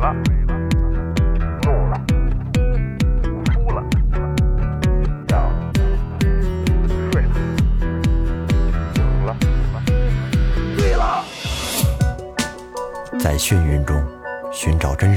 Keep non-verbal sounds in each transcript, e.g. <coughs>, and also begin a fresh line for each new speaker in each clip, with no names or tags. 了，怒了，哭了，笑了，睡了，醒了，醉了。
在眩晕中寻找真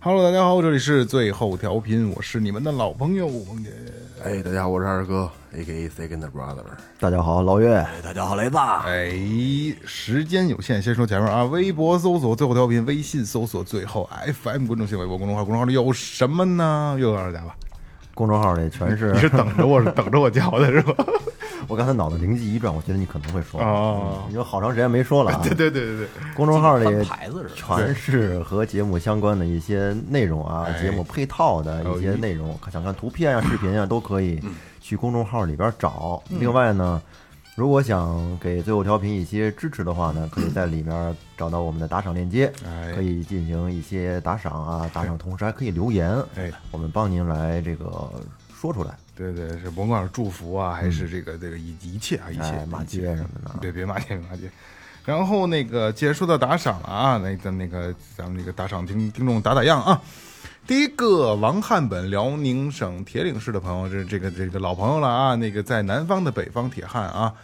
Hello，大家好，这里是最后调频，我是你们的老朋友萌姐。
哎，大家好，我是二哥，A.K.A. Second Brother。
大家好，老岳，
哎，时间有限，先说前面啊。微博搜索最后调频，微信搜索最后 FM 观众性微博公众号，公众号里有什么呢？又告诉大家吧，
公众号里全是
你是等着我，是等着我叫的是吧？
我刚才脑子灵机一转，我觉得你可能会说，
哦
你说好长时间没说了啊。
<laughs> 对 <laughs> 对对对对，
公众号里全是和节目相关的一些内容啊，
哎
节目配套的一些内容，想看图片啊、视频啊，都可以
嗯
去公众号里边找。另外呢，如果想给最后调频一些支持的话呢，可以在里面找到我们的打赏链接
嗯哎，
可以进行一些打赏啊，打赏同时还可以留言
哎，
我们帮您来这个说出来。
对对是，甭管是祝福啊，还
嗯
是这个这个一一切啊，一切
哎骂
一切
街什么的
啊
别别骂街，别骂街。然后那个，既然说到打赏了啊，那咱那个咱们这个打赏听听众打打样啊。第一个，王汉本，辽宁省铁岭市的朋友，这这个这个老朋友了啊，那个在南方的北方铁汉啊，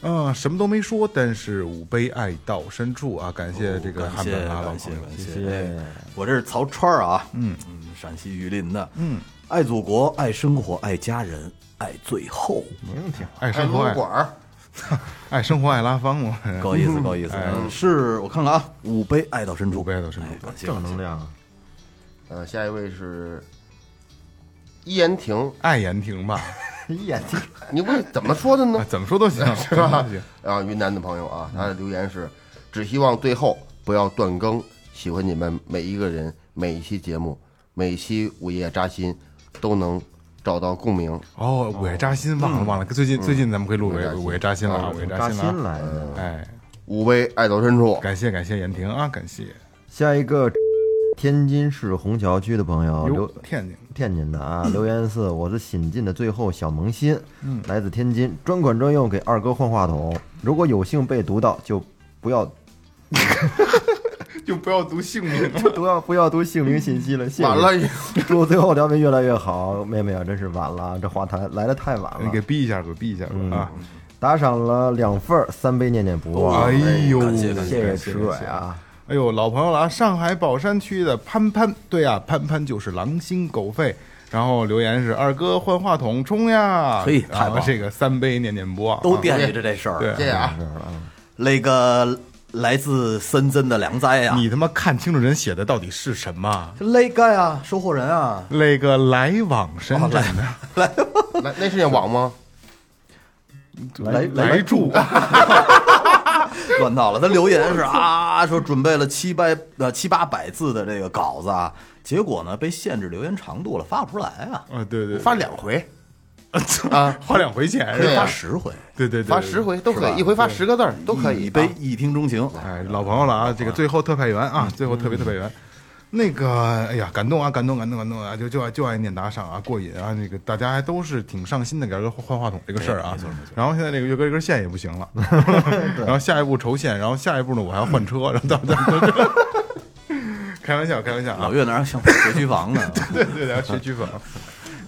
嗯、什么都没说，但是五杯爱到深处啊，感谢这个
哦感
汉
谢
本啊，老
感谢
朋友，
感谢，我这是曹川儿啊，嗯嗯，陕西榆林的，嗯，爱祖国，爱生活，爱家人，爱最后，
嗯
爱生
哎
活爱
儿，
爱生活爱拉芳嘛，
高意思高意思，
哎
嗯是我看看啊，五杯爱到深处，
五杯爱到深处
哎感谢
正能量，
呃，下一位是伊言婷，
<laughs> 爱言婷吧，
眼睛
你不怎么说
<laughs>
的
啊
呢？
怎么说都
<laughs>
行，是吧？
啊，云南的朋友啊，他的留言是：只希望最后不要断更，喜欢你们每一个人，每一期节目，每期午夜扎心都能找到共鸣。
哦，午夜扎心忘了忘了，最近最近咱们可以录午夜
嗯
午夜扎心了啊，午夜
扎
心
心
了啊。
来的。
哎，
五杯爱到深处，
感谢感谢严婷啊，感谢
下一个，天津市虹桥区的朋友
哟
留，
天津
天津的啊，留言是我是新进的最后小萌新，来自天津，专款专用给二哥换话筒，如果有幸被读到就不要。
就不要读姓名
不要不要读姓名信息了，谢谢
晚了，
祝最后聊得越来越好，妹妹啊，真是晚了，这话谈来的太晚
你
了
<laughs> 给，逼一下，给逼一下啊！
打赏了两份儿，三杯念念不忘，
哎呦，
感谢感
谢谢
感
池水！啊，
哎呦，老朋友了啊！上海宝山区的潘潘，对啊，潘潘就是狼心狗肺。然后留言是二哥换话筒冲呀，
嘿
然
太棒
后
了
这个三杯念念不忘啊，
都惦记着这事儿，
对，
谢谢啊！
那个来自深圳的梁灾呀，
你他妈看清楚人写的到底是什么？
那个呀，收货人啊，
那个来往深圳的
来，那是念网吗？
来
来住，
<laughs> 乱闹了。他留言是啊，说准备了七百呃七八百字的这个稿子啊，结果呢被限制留言长度了，发不出来啊，
啊，对对，
发两
<laughs>
回，
啊，花两回钱是
对
吧
发
啊？
十回，
对对对，
发十
回。
回都可
是吧
以，一回发十个字儿都可以。
一杯
啊
一听钟情，
哎，老朋友了啊，这个最后特派员啊，
嗯
最后特别特派员。那个，哎呀，感动啊，感动，感动，感动啊！就就爱就爱念打赏啊，过瘾啊！那个大家还都是挺上心的，给二哥换话筒这个事儿啊。然后现在这个岳哥这根线也不
<laughs>
行了，然后下一步筹线，然后下一步呢，我还要换车，然后到到到到， <laughs> 开玩笑，开玩笑啊
老！岳那儿像学区房呢，
<laughs> 对对，对，学区房。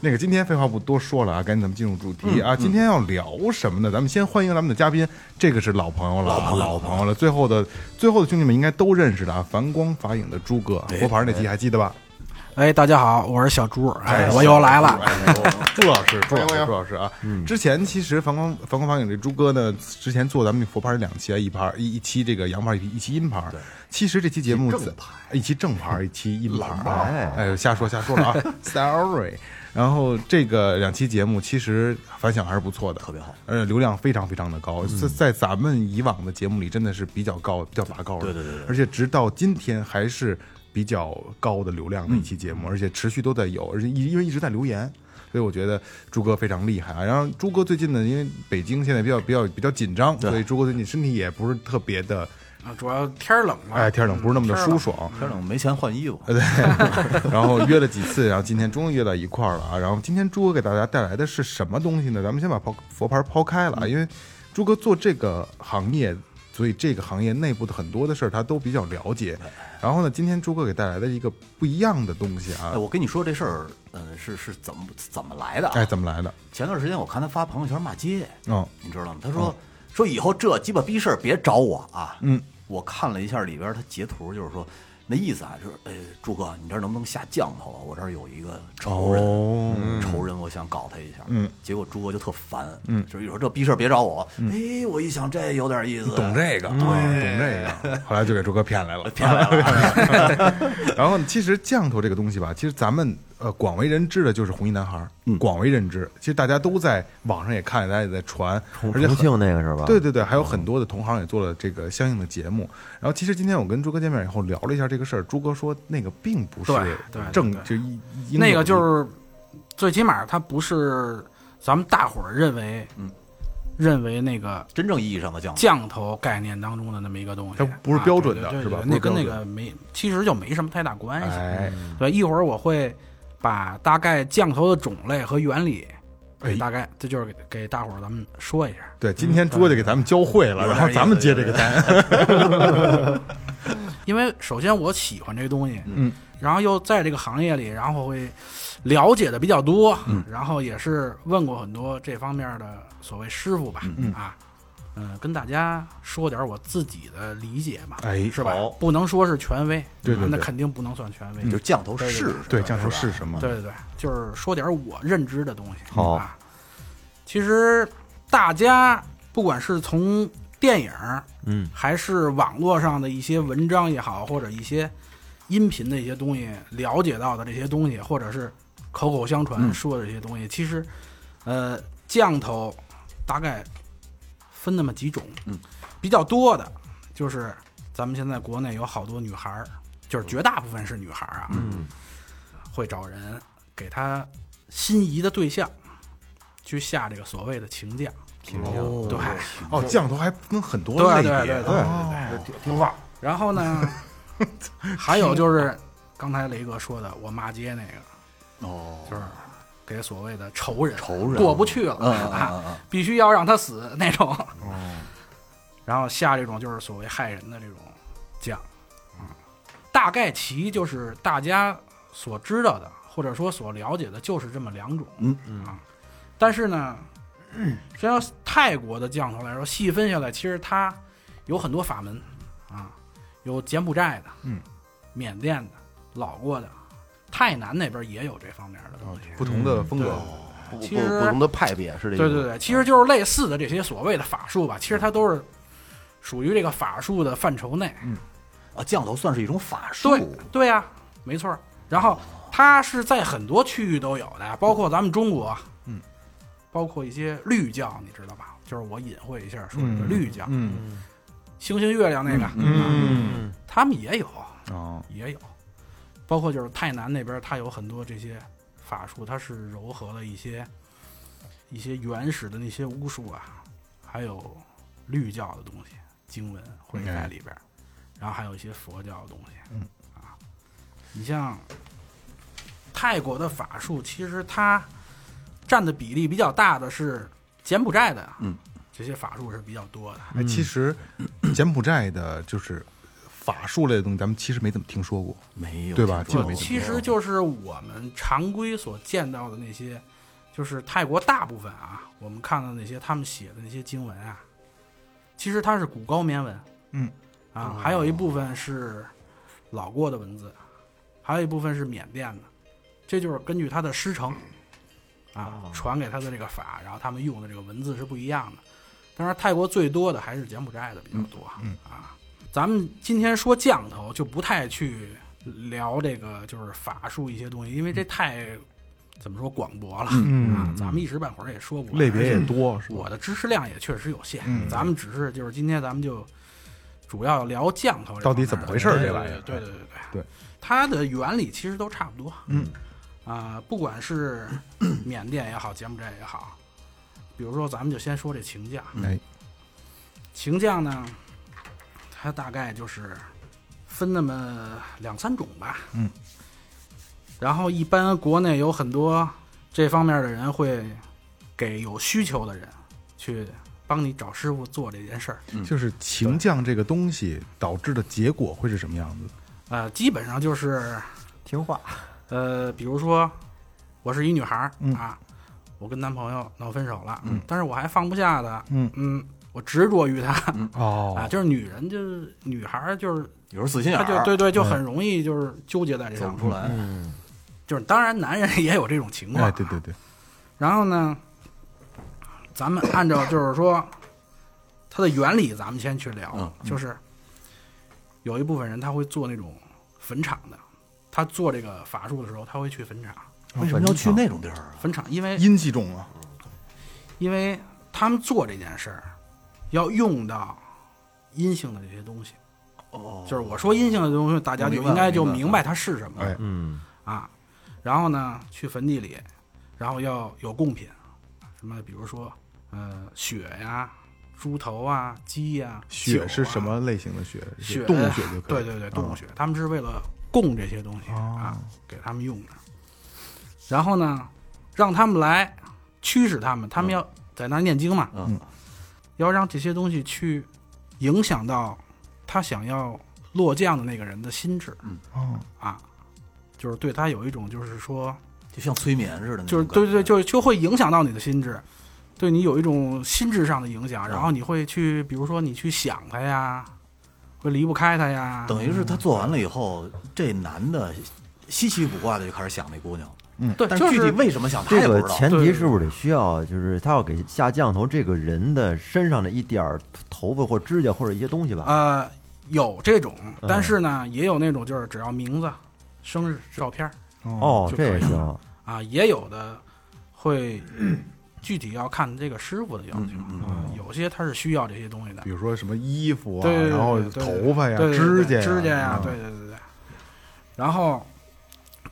那个，今天废话不多说了啊，赶紧咱们进入主题啊！今天要聊什么呢？咱们先欢迎咱们的嘉宾，这个是老朋友了啊，老朋友了。最后的最后的兄弟们应该都认识的啊，繁光法影的朱哥，国牌那期还记得吧？
哎，大家好，我是小朱，哎，
小
我又来了。嗯
哎呦朱老师，朱老师，朱老师啊！之前其实繁光繁光法影这朱哥呢，之前做咱们佛牌两期啊，一牌一一期这个阳牌，一一期阴牌。其实这期节目在一期正牌，一期阴牌啊
哎。
哎呦，瞎说瞎说了
<laughs>
啊，sorry。然后这个两期节目其实反响还是不错的，特别好，而且流量非常非常的高，
嗯
在在咱们以往的节目里真的是比较高、比较拔高的。对对对。而且直到今天还是。比较高的流量的一
嗯
期节目，而且持续都在有，而且一因为一直在留言。所以我觉得朱哥非常厉害啊。然后朱哥最近呢，因为北京现在比较比较比较紧张，所以朱哥最近身体也不是特别的，
啊，主要天儿冷嘛，
哎，天冷不是那么的
天儿
舒
冷
爽。
天冷没钱换衣服，
哎 <laughs> 然后约了几次，然后今天终于约到一块儿了啊。然后今天朱哥给大家带来的是什么东西呢？咱们先把抛佛牌抛开
嗯
了啊，因为朱哥做这个行业，所以这个行业内部的很多的事儿他都比较了解。
哎
然后呢，今天朱哥给带来的一个不一样的东西啊
哎，，我跟你说这事儿，呃，是是怎么怎么来的啊？
哎，怎么来的？
前段时间我看他发朋友圈骂街，
哦，
你知道吗？他说、说以后这鸡巴逼事儿别找我啊。嗯，我看了一下里边他截图，就是说那意思啊，就是呃，朱哥，你这儿能不能下降头啊？我这儿有一个仇人，
哦嗯
嗯仇人，我想搞他一下。嗯，结果朱哥就特烦，嗯，就是一说这逼事儿别找我。
嗯
哎，我一想这有点意思，
懂这个，啊，懂这个。后来就给朱哥骗来了，
<laughs> 骗来了。
然后呢其实降头这个东西吧，其实咱们呃广为人知的就是红衣男孩儿，
嗯
广为人知。其实大家都在网上也看，大家也在传，
重
而且
重
很
庆那个是
啊
吧？
对对对，还有很多的同行也做了这个相应的节目。然后其实今天我跟朱哥见面以后聊了一下这个事儿，朱哥说那个并不是
对对对
正就一一
那个就是最起码它不是咱们大伙儿认为，嗯，认为那个
真正意义上的降头，
降头概念当中的那么一个东西，
它不是
啊
标准的
对对对
是吧
对
不
那
是
跟那
标准
个没，其实就没什么太大关系。
哎
对，一会儿我会把大概降头的种类和原理，
哎
大概这就是给给大伙儿咱们说一下。
对，今天朱哥就给咱们教会了，
有
然后
点
咱
意
们
思
接这个单，
因为首先我喜欢这个东西，嗯，然后又在这个行业里，然后会了解的比较多，嗯，然后也是问过很多这方面的所谓师傅吧，嗯啊，嗯、跟大家说点我自己的理解吧，
哎
是吧
好？
不能说是权威，
对对
啊那
对嗯
肯定不能算权威，
就是降头是
对，降头是什么？
对对对，就是说点我认知的东西。
好
啊，其实大家不管是从电影，
嗯，
还是网络上的一些文章也好，或者一些音频的一些东西了解到的这些东西，或者是口口相传说的这些东西，其实，呃，降头大概分那么几种，嗯，比较多的就是咱们现在国内有好多女孩儿，就是绝大部分是女孩儿啊，嗯，会找人给她心仪的对象去下这个所谓的情降，情降，对，
哦，降头还分很多类
对对
别，啊
对对
哦
然
<laughs>
后呢，还有就是刚才雷哥说的我骂街那个，
哦，
就是给所谓的仇人
仇人
过不去了
嗯嗯嗯嗯哦
啊，必须要让他死那种。然后下这种就是所谓害人的这种将，嗯，大概其就是大家所知道的或者说所了解的就是这么两种，
嗯
嗯啊，但是呢，虽然泰国的降头来说，细分下来，其实它有很多法门啊，有柬埔寨的，嗯，缅甸的，老挝的，泰南那边也有这方面的东西。
哦不同的风格，
啊不不
其实
不同的派别是这
对
个。
对对，其实就是类似的这些所谓的法术吧，其实它都是属于这个法术的范畴内。
嗯
啊，降头算是一种法术，
对对呀、没错儿。然后它是在很多区域都有的，包括咱们中国，嗯，包括一些绿教，你知道吧？就是我隐晦一下说这个绿教，
嗯
星星月亮那个，
嗯
他们也有，
哦
也有，包括就是泰南那边，它有很多这些法术，它是糅合了一些一些原始的那些巫术啊，还有律教的东西、经文会在里边儿，然后还有一些佛教的东西。嗯啊，你像泰国的法术，其实它占的比例比较大的是柬埔寨的，嗯，这些法术是比较多的。
哎，其实柬埔寨的就是法术类的东西，咱们其实没怎么听说过。
没有
对吧
听说
基本没
过
听
其实就是我们常规所见到的那些，就是泰国大部分啊，我们看到那些他们写的那些经文啊，其实它是古高棉文，
嗯，
啊，还有一部分是老挝的文字，还有一部分是缅甸的，这就是根据它的师承啊传给他的这个法，然后他们用的这个文字是不一样的。当然，泰国最多的还是柬埔寨的比较多、啊。咱们今天说降头，就不太去聊这个就是法术一些东西，因为这太、怎么说广博了、啊，咱们一时半会儿也说不完
类别也多，是吧？嗯
我的知识量也确实有限，咱们只是就是今天咱们就主要聊降头这
到底
方面
怎么
的
回事儿
对
这玩意儿哎
对对对对
对，
它的原理其实都差不多。
嗯
啊，不管是 <coughs> 缅甸也好，柬埔寨也好，比如说咱们就先说这情将，
哎，
情将呢，它大概就是分那么两三种吧。
嗯。
然后一般国内有很多这方面的人会给有需求的人去帮你找师傅做这件事儿。
就是情将这个东西导致的结果会是什么样子？
呃，基本上就是
听话，
呃，比如说我是一女孩儿、
嗯
啊，我跟男朋友闹分手了，但是我还放不下的，
嗯
我执着于他、 <laughs> 啊，
哦，
就是女人就是女孩儿就是
有时候死
<laughs>
心眼
她就
儿，
对对就很容易就是纠结在这
啊走
上
不
面，
出来。
就是当然男人也有这种情况，
哎，对对对，
然后呢，咱们按照就是说它的原理，咱们先去聊，
嗯
就是有一部分人他会做那种坟场的，他做这个法术的时候，他会去坟场，
为什么要去那种地儿啊？
坟场，因
<laughs>
为
阴气重啊，
因为他们做这件事儿要用到阴性的这些东西，
哦
就是我说阴性的东西，大家就应该就
我明白
明白它是什么
哎
嗯，
啊。然后呢，去坟地里，然后要有贡品，什么比如说呃血呀、猪头啊、鸡呀、酒
血
啊
是什？么类型的血？
血
是动物血就可以。啊
对对对，动物血，他们是为了供这些东西、
哦
啊，给他们用的。然后呢，让他们来驱使他们，
嗯
他们要在那儿念经嘛，
嗯，
要让这些东西去影响到他想要落降的那个人的心智
嗯
哦，
啊，就是对他有一种就是说，
就像催眠似的那种，
就是对对对，，就就会影响到你的心智，对你有一种心智上的影
嗯
响，然后你会去，比如说你去想他呀，会离不开他呀，
等于是他做完了以后，这男的稀奇古怪的就开始想那姑娘，
对，
但
就
具体
是
为什么想他也
这
不
个
知道。
前
对
提
对
是不是得需要，就是他要给下降头这个人的身上的一点儿头发或指甲或者一些东西吧？
呃有这种，
嗯
但是呢，也有那种就是只要名字、生日、照片儿
哦，
就
这也
可以
行，
啊，也有的
<clears throat>
会具体要看这个师傅的要求，啊有些他是需要这些东西的
嗯比，如说什么衣服啊，
对对对
然后
对对
头发呀、嗯
对对对
指
对
甲、
指甲呀
呀，，
对对对对。然后，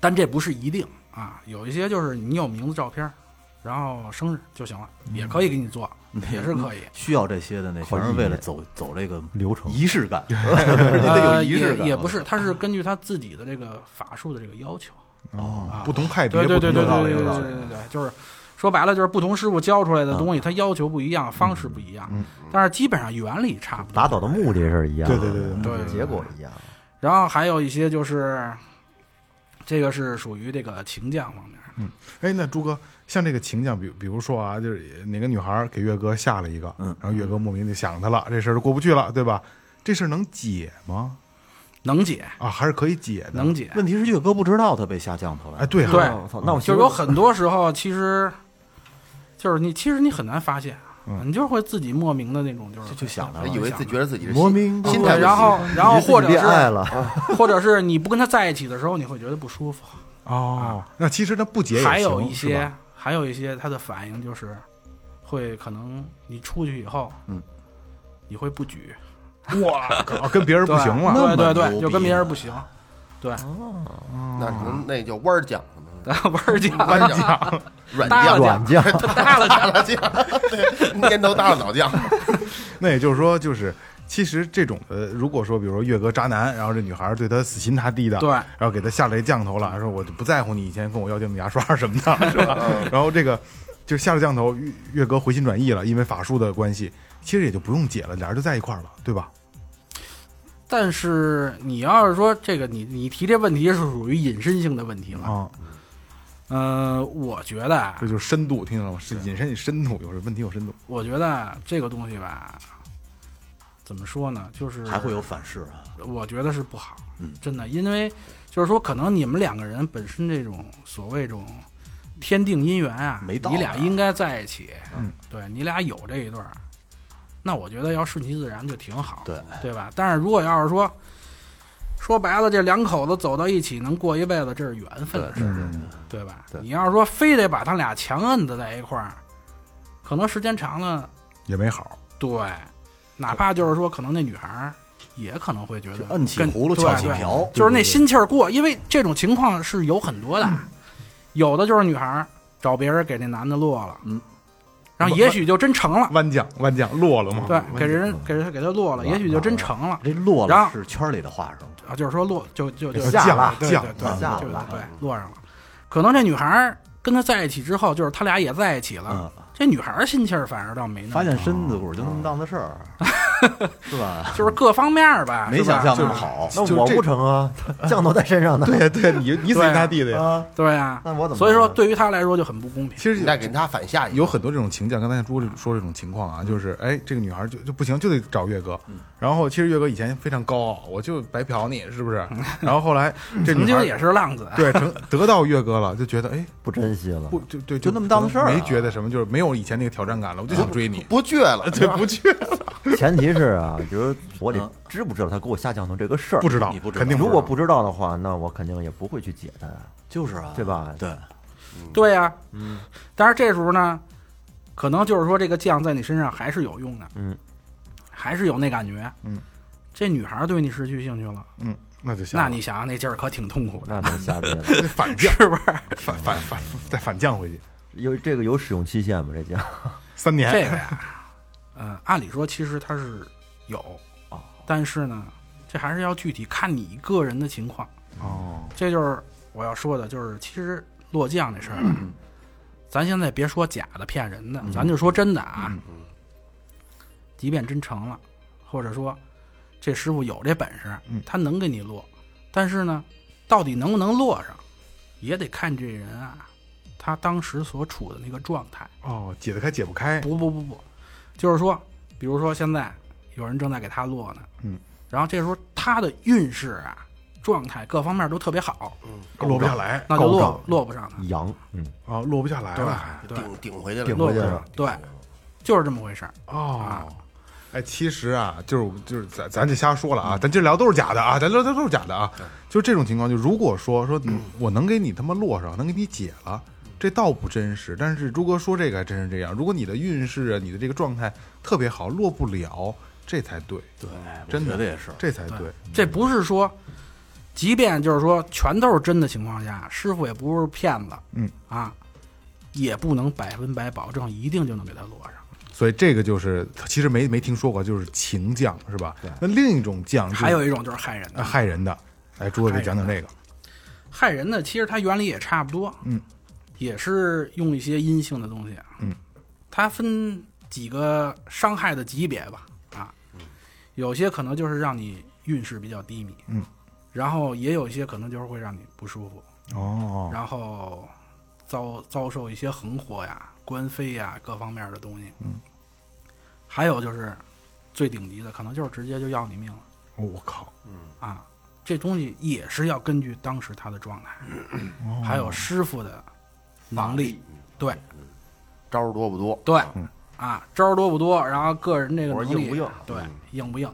但这不是一定啊，有一些就是你有名字、照片，然后生日就行了，
嗯
也可以给你做，也是可以。
<laughs> 需要这些的那，全是为了走走这个
流程
仪式 <laughs> 感，你得有
呃，
仪式
也
感。
也不是，他
嗯
是根据他自己的这个法术的这个要求。
哦，不同派别，
对对对
不同
对对
道理啊
对对
有道
对
理
对对，就是说白了，就是不同师傅教出来的东西，他要求不一样，方式不一样，但是基本上原理差不多。
打倒的目的是一样的，
对对对对
对对对
结果一样。
然后还有一些就是，这个是属于这个情将方面。
哎，那朱哥，像这个情将，比比如说啊，就是哪个女孩给岳哥下了一
嗯
个，然后岳哥莫名就想她了，这事儿就过不去了，对吧？这事儿能解吗？
能解，
啊，还是可以解的。
能解。
问题是岳哥不知道他被下降头了。
哎，对啊
对
我操，那我
就是
媳妇
有
儿
很多时候，其实就是你，其实你很难发现，你就是会自己莫名的那种，就是
就就想他
他
了
以为自己觉得自己是
莫名
心
对
态不行，
然后然后
自己
或者
恋爱
是
了， <laughs>
或者是你不跟他在一起的时候，你会觉得不舒服。
哦，那其实他不解也行
啊还有一
是
些
吧，
还有一些他的反应就是，会可能你出去以后，
嗯，
你会不举，
哇靠，啊跟别人 <laughs> 不行了，
那么
对对
牛
对，
逼
就跟别人不行，对，
那可能那叫弯儿讲，
然后玩儿几
弯儿讲，软
搭了
酱，
软酱，
大了 <laughs> 大了酱，对，烟头大了脑
<laughs>
酱，
<laughs> 那也就是说，就是其实这种呃，如果说比如说岳哥渣男，然后这女孩对他死心塌地的，
对
然后给他下了一降头了，说我就不在乎你以前跟我要电动牙刷什么的，是吧？ <laughs> 然后这个就下了降头，岳岳哥回心转意了，因为法术的关系，其实也就不用解了，俩人就在一块儿了，对吧？
但是你要是说这个，你你提这问题是属于引申性的问题了。
啊，
嗯、我觉得啊
这，就是深度，听到了吗？是隐身深度，有时候问题有深度，
我觉得这个东西吧，怎么说呢，就是
还会有，反噬啊。
我觉得是不好，
嗯
真的，因为就是说，可能你们两个人本身这种所谓这种天定姻缘啊，
没到
你俩
那儿
应该在一起，
嗯，
对你俩有这一段儿，那我觉得要顺其自然就挺好，
对
对吧？但是如果要是说说白了，这两口子走到一起能过一辈子，这是缘分的事儿，对吧？你要是说非得把他俩强摁的在一块儿，可能时间长了，
也没好。
对，哪怕就是说可能那女孩儿也可能会觉得
摁起
跟
葫芦
对
翘起
对
瓢
就是那心气儿过，因为这种情况是有很多的，
嗯
有的就是女孩儿找别人给那男的落了，
嗯，
然后也许就真成了，
弯将弯将落了吗？
对，给人给人给他落了，也许就真成了。
这落
然
了
后
是圈里的话是吗？
啊，就是说落就就就
就降了
对对
降
对
了
对
降
对
了
对，落上了。可能这女孩儿跟他在一起之后，就是他俩也在一起了，这女孩儿心气儿反而倒没那么
嗯发现身子骨就那么档子事儿，是吧？
就是各方面儿吧，
没
啊是吧
想象那么。好，
那
就
我
这
不成啊，降头在身上呢。
对呀，对呀你你死
对
心
啊
塌地的呀。
啊，
对啊，
那我怎么
所以说
办啊
对于他来说就很不公平。
其实
你再给他反下一个
有很多这种情境，刚才说这说这种情况啊，就是哎，这个女孩就就不行，就得找岳哥。然后其实岳哥以前非常高傲，我就白嫖你，是不 <laughs> 是？然后后来这
曾
女
经
孩
也是浪子，哎
对成得到岳哥了，就觉得哎
不珍惜了
不。就对
就那么当回事儿啊
没觉得什么，就是没有以前那个挑战感了，我就想追你，
不倔
<laughs>
了，
对，不去
前提是啊，就是我得知不知道他给我下降头这个事儿。
不知道
你不，知道
肯定
如果
不
不知道的话，那我肯定也不会去解他，
就是啊，
对？吧？
对，
对呀、嗯，但是这时候呢，可能就是说这个酱在你身上还是有用的，
嗯，
还是有那感觉，
嗯，
这女孩儿对你失去兴趣了，
知道嗯，那就行了。
那你想啊想那劲儿可挺痛苦的，
那能瞎憋了。
得反降，
是不是？
反反反再反降回去
有这个有使用期限吗？这降
三年，
这个呀，呃，按理说其实它是有
哦，
但是呢，这还是要具体看你个人的情况。
哦，
这就是我要说的，就是其实落降这事儿啊，
嗯
咱现在别说假的骗人的，咱就说真的啊。
嗯
即便真成了，或者说这师傅有这本事，
嗯
他能给你落，但是呢，到底能不能落上，也得看这人啊，他当时所处的那个状态。
哦，解得开解不开，
不不不不，就是说，比如说现在有人正在给他落呢，
嗯，
然后这时候他的运势啊、状态各方面都特别好，
落不下来
那就落落不上他，
阳，嗯，
哦，落不下来了还
对，
顶顶回去了，
顶
落
回
不
去
上
了，
对，就是这么回事儿。
哦。哎，其实啊，就是就是咱咱就瞎说了啊，咱这聊都是假的啊，咱聊的都是假的啊。就这种情况，就如果说说你我能给你他妈落上，能给你解了，这倒不真实。但是如果说这个还真是这样，如果你的运势啊，你的这个状态特别好，落不了，这才对，对，真的
我觉得也是
这才对。
这不是说，即便就是说全都是真的情况下，师傅也不是骗子，
嗯
啊，也不能百分百保证一定就能给他落上。
所以这个就是其实没没听说过，就是情降是吧？那另一种降就是
还有一种就是害人
呃
的，
害人的，哎，朱哥给讲讲这个。
害人呢，其实它原理也差不多，
嗯，
也是用一些阴性的东西，啊
嗯，
它分几个伤害的级别吧，啊，
嗯
有些可能就是让你运势比较低迷，
嗯，
然后也有一些可能就是会让你不舒服，
哦，
然后遭遭受一些横祸呀、官非呀各方面的东西，嗯，还有就是最顶级的，可能就是直接就要你命了。
我靠，
啊，这东西也是要根据当时他的状态，
哦
还有师傅的能力，对
招儿多不多？
对，啊，招儿多不多，然后个人这个能
活儿
力
硬不硬
对硬不硬，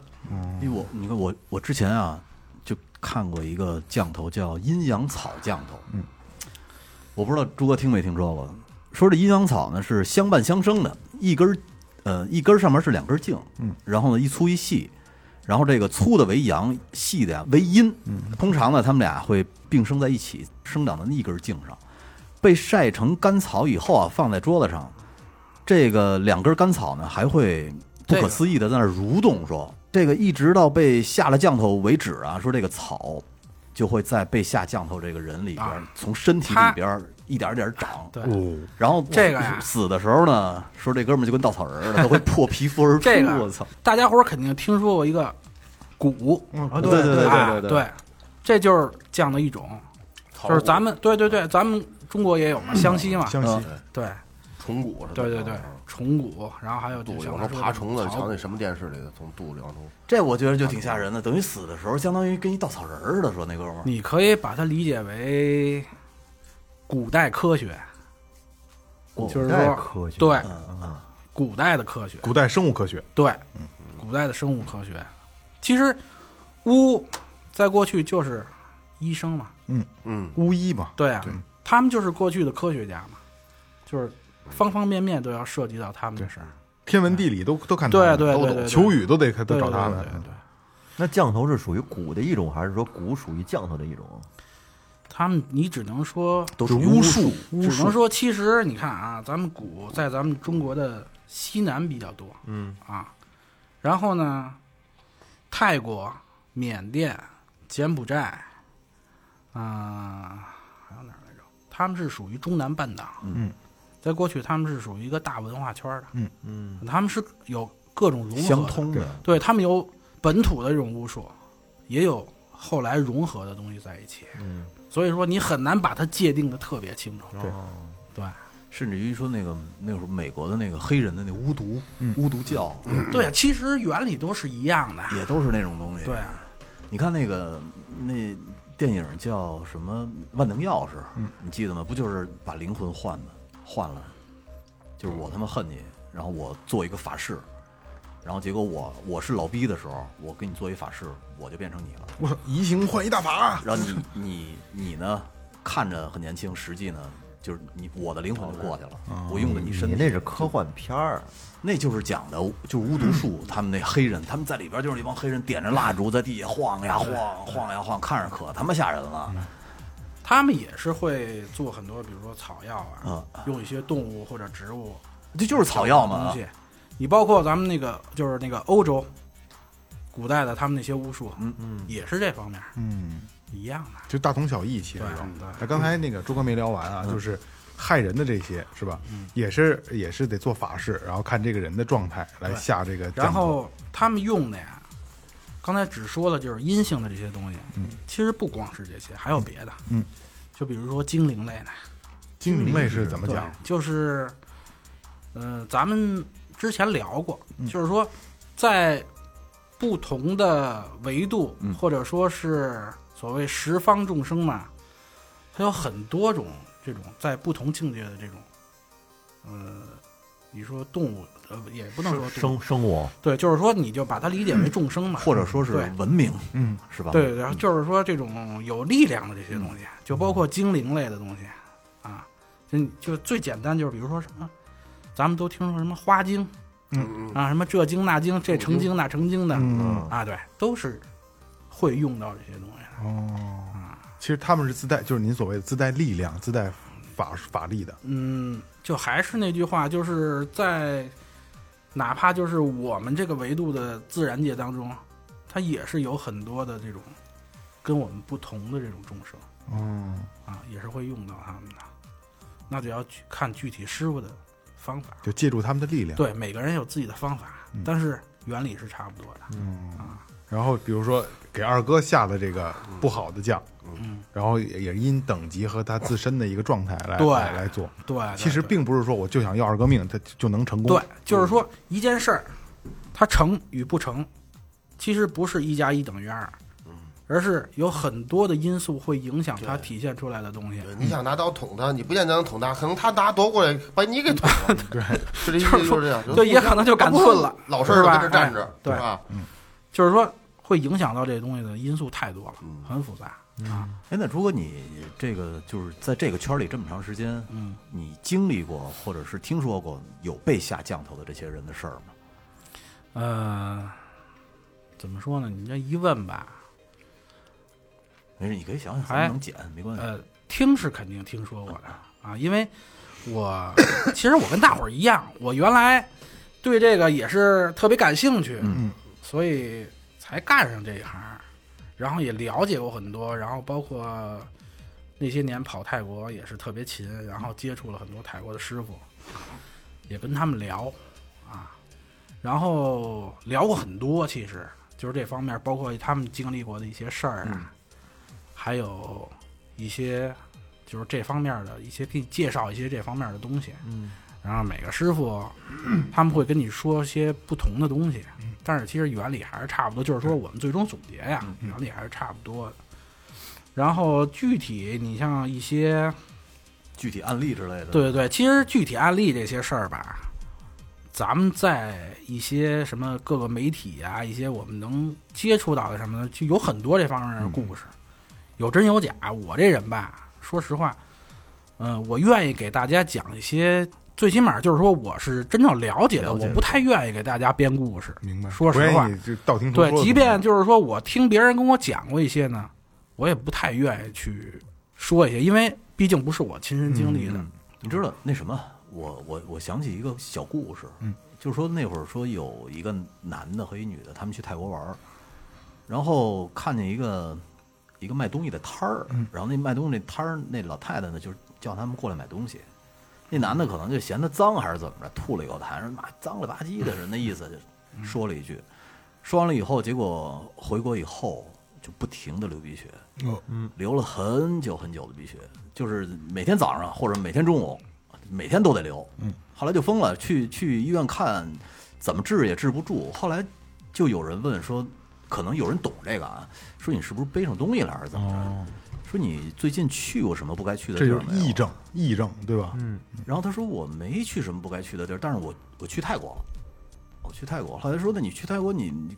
因为我你看我我之前啊就看过一个降头叫阴阳草降头，嗯，我不知道朱哥听没听说过，说这阴阳草呢是相伴相生的，一根儿呃一根儿上面是两根茎，嗯，然后呢一粗一细，然后这个粗的为阳，细的呀为阴，嗯，通常呢他们俩会并生在一起，生长在一根茎上，被晒成干草以后啊放在桌子上，这个两根干草呢还会不可思议的在那儿蠕动，说这个一直到被下了降头为止啊，说这个草就会在被下降头这个人里边儿
啊
从身体
它
里边儿一点儿一点儿长，
对，
哦
然后
这个呀
死的时候呢，说这哥们儿就跟稻草人儿似
<laughs>
的，都会破皮肤而出。
这个
我操！
大家伙儿肯定听说过一个鼓，
对嗯对对
啊
对，
这就是降的一种，就是咱们对对对，咱们中国也有
<clears throat>
嘛，湘西嘛，
湘西
对
虫骨是吧？
对对对，虫谷，然后还有就
肚
像
梁
他
头
说
爬虫子，
草
瞧
谷
那什么电视里的，从肚梁头
这我觉得就挺吓人的，等于死的时候相当于跟一稻草人儿似的，说那哥们儿。
你可以把它理解为古代科学，就是
古代
说
科学嗯
对，古代的科学，
古代生物科学，
对，古代的生物科学。其实巫在过去就是医生嘛，
巫医嘛，
对啊，他们就是过去的科学家嘛，就是方方面面都要涉及到他们的事儿。
天文地理都都看他
对
们，
对对啊
都
对
懂
对，
求雨都得都
对
找他
对对
们嗯
对。对
那降头是属于蛊的一种，还是说蛊属于降头的一种？
他们你只能说
都是巫
术
术，
只能说其实你看啊，咱们古在咱们中国的西南比较多，嗯啊，然后呢，泰国、缅甸、柬埔寨，啊、还有哪儿来着？他们是属于中南半岛，嗯，在过去他们是属于一个大文化圈的，嗯嗯，他们是有各种融合的
相通的，
对他们有本土的这种巫术，也有后来融合的东西在一起。嗯，所以说你很难把它界定的特别清楚。对，对，
甚至于说那个那会儿美国的那个黑人的那巫毒、
嗯
巫毒教，
对，啊其实原理都是一样的。
也都是那种东西。
对，啊，
你看那个那电影叫什么《万能钥匙》，你记得吗？不就是把灵魂换的，换了，就是我他妈恨你，然后我做一个法事，然后结果我我是老逼的时候，我给你做一法事，我就变成你了。
我操，移形换一大法，
然后你你你呢，看着很年轻，实际呢就是你我的灵魂就过去了，我用的你身
你
体，
那是科幻片儿，
那就是讲的就是巫
嗯
毒术，他们那黑人，他们在里边就是一帮黑人点着蜡烛在地下晃呀晃，晃呀晃，看着可他妈吓人了。
嗯他们也是会做很多，比如说草药啊
啊，
用一些动物或者植物
这就是草药嘛
东，西。你包括咱们那个，就是那个欧洲古代的他们那些巫术，嗯嗯，也是这方面
嗯，
一样的。
就大同小异，其实
对嗯
都
对嗯
那刚才那个朱哥没聊完啊，就是害人的这些是吧？也是也是得做法事，然后看这个人的状态来下这个降头。
然后他们用的呀，刚才只说了就是阴性的这些东西，嗯，其实不光是这些，还有别的，
嗯，
就比如说精灵类的，
精灵类是怎么
对
讲？，
就是，呃，咱们之前聊过，
嗯
就是说，在不同的维度，
嗯
或者说是所谓十方众生嘛，它有很多种这种在不同境界的这种，呃，你说动物，呃，也不能说动物
生生物
对，就是说你就把它理解为众生嘛，
嗯或者说是
对
文明，
嗯，
是吧？
对，然后就是说这种有力量的这些东西，就包括精灵类的东西啊，就就最简单就是比如说什么，咱们都听说什么花精，嗯啊，什么这精那精，这成精那成精的、
嗯
啊，对，都是会用到这些东西的。
哦
嗯
其实他们是自带，就是您所谓的自带力量、自带法法力的。
嗯，就还是那句话，就是在哪怕就是我们这个维度的自然界当中，它也是有很多的这种跟我们不同的这种众生。
哦，
啊，也是会用到他们的。那就要去看具体师傅的方法。
就借助他们的力量。
对，每个人有自己的方法，
嗯
但是原理是差不多的。
然后比如说给二哥下的这个不好的降，嗯，然后也也因等级和他自身的一个状态来
对
来来做。
对对
其实
啊对
并不是说我就想要二哥命，他就就能成功。嗯
对，就是说一件事儿，它成与不成，其实不是一加一等于二，
嗯
而是有很多的因素会影响它体现出来的东西。
你想拿刀捅他，你不见得能捅他，可能他拿刀过来把你给捅
<laughs>
了。对，是这意思，就是这样。
对，也可能就赶寸了，
老实
是
儿
吧？
跟这站着
哎，
是
对，
吧？
就是说会影响到这东西的因素太多了，
嗯
很复杂。
哎，那如果你这个就是在这个圈里这么长时间，嗯，你经历过或者是听说过有被下降头的这些人的事儿吗？
呃，怎么说呢？你这一问吧，
没事，你可以想想，咱
哎
们能剪，没关系。
呃，听是肯定听说过的啊，因为我 <coughs> 其实我跟大伙儿一样，我原来对这个也是特别感兴趣，嗯，所以才干上这一行，然后也了解过很多，然后包括那些年跑泰国也是特别勤，然后接触了很多泰国的师傅，也跟他们聊啊，然后聊过很多，其实就是这方面，包括他们经历过的一些事儿啊。还有一些就是这方面的一些给你介绍一些这方面的东西，嗯，然后每个师傅他们会跟你说些不同的东西，但是其实原理还是差不多，就是说我们最终总结呀，原理还是差不多的。然后具体你像一些
具体案例之类的。
对对对，其实具体案例这些事儿吧，咱们在一些什么各个媒体啊，一些我们能接触到的什么的，就有很多这方面的故事，有真有呃假。我这人吧，说实话，嗯、我愿意给大家讲一些最起码就是说我是真正了解的，
了解
我
的
不太愿意给大家编故事。
明白。
说实
不愿
话
意就道听途
对
说的，
即便就是说我听别人跟我讲过一些呢，我也不太愿意去说一些，因为毕竟不是我亲身经历
嗯
的。
你知道那什么？我我我想起一个小故事，嗯，就是说那会儿说有一个男的和一女的，他们去泰国玩儿，然后看见一个一个卖东西的摊儿，然后那卖东西那摊儿那老太太呢，就是叫他们过来买东西。那男的可能就嫌他脏还是怎么着，吐了一口痰，说妈脏了吧唧的，是那意思，就说了一句。说完了以后，结果回国以后就不停的流鼻血，
哦
流了很久很久的鼻血，就是每天早上或者每天中午，每天都得流。嗯，后来就疯了，去去医院看，怎么治也治不住。后来就有人问说，可能有人懂这个啊，说你是不是背上东西了还是怎么着？说你最近去过什么不该去的
哦这
地
就
儿
是
没有？啊
癔症，癔症对吧？嗯，
然后他说我没去什么不该去的地儿，但是我我去泰国了，我去泰国了。后来说那你去泰国你你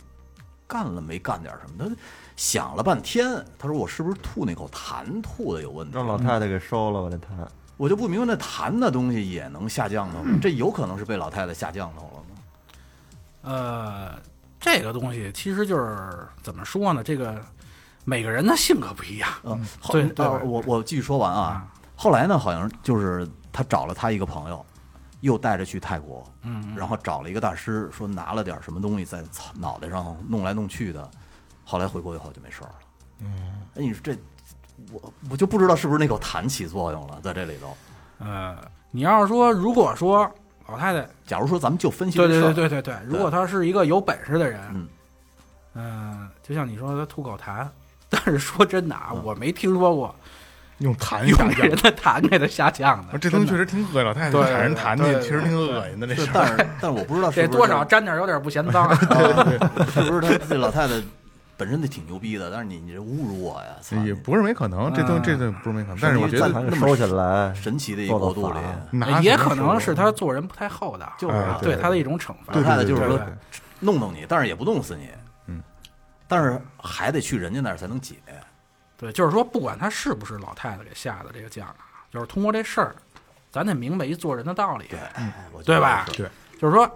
干了没干点什么？他想了半天，他说我是不是吐那口痰吐的有问题？
让老太太给收了吧，这 <laughs> 痰。
我就不明白那痰那东西也能下降头吗？这有可能是被老太太下降头了吗？
呃，这个东西其实就是怎么说呢？这个每个人的性格不一样。
嗯，后
对对嗯
呃我我继续说完啊。后来呢，好像就是他找了他一个朋友，又带着去泰国，嗯，然后找了一个大师，说拿了点什么东西在草脑袋上弄来弄去的，后来回国以后就没事儿了。嗯，哎，你说这我我就不知道是不是那口痰起作用了，在这里头。
呃，你要是说，如果说老太太，
假如说咱们就分析
对
这
对
事儿，
对对对对，如果她是一个有本事的人，
嗯
嗯、就像你说她吐口痰，但是说真的啊，我没听说过
用痰
用
下
这
降
人。的痰给她下降的，
哎啊这东西确
真的
实挺恶心，老太太
对
产人痰
对
去，确实挺恶心的。这
是
事儿
但是但是我不知道是
这
不是
多少沾点儿有点不嫌脏。啊
是不是他这老太太本身就挺牛逼的，但是你你这侮辱我呀！操
也不是没可能，这东
嗯
西这东西不是没可能。但是我觉
在
得
那
痰
么
给收起来，
神奇的一个国度
做，
里
啊
到法
拿
也
什么
可能
手
是她做人不太厚道，
就是啊
对她的一种惩罚。
老太太就是说
对对
弄弄你，但是也不弄死你，嗯，但是还得去人家那儿才能解。
对，就是说，不管她是不是老太太给下的这个降啊，就是通过这事儿，咱得明白一做人的道理。嗯
对，哎我觉得
对吧？
是
对，
就是说，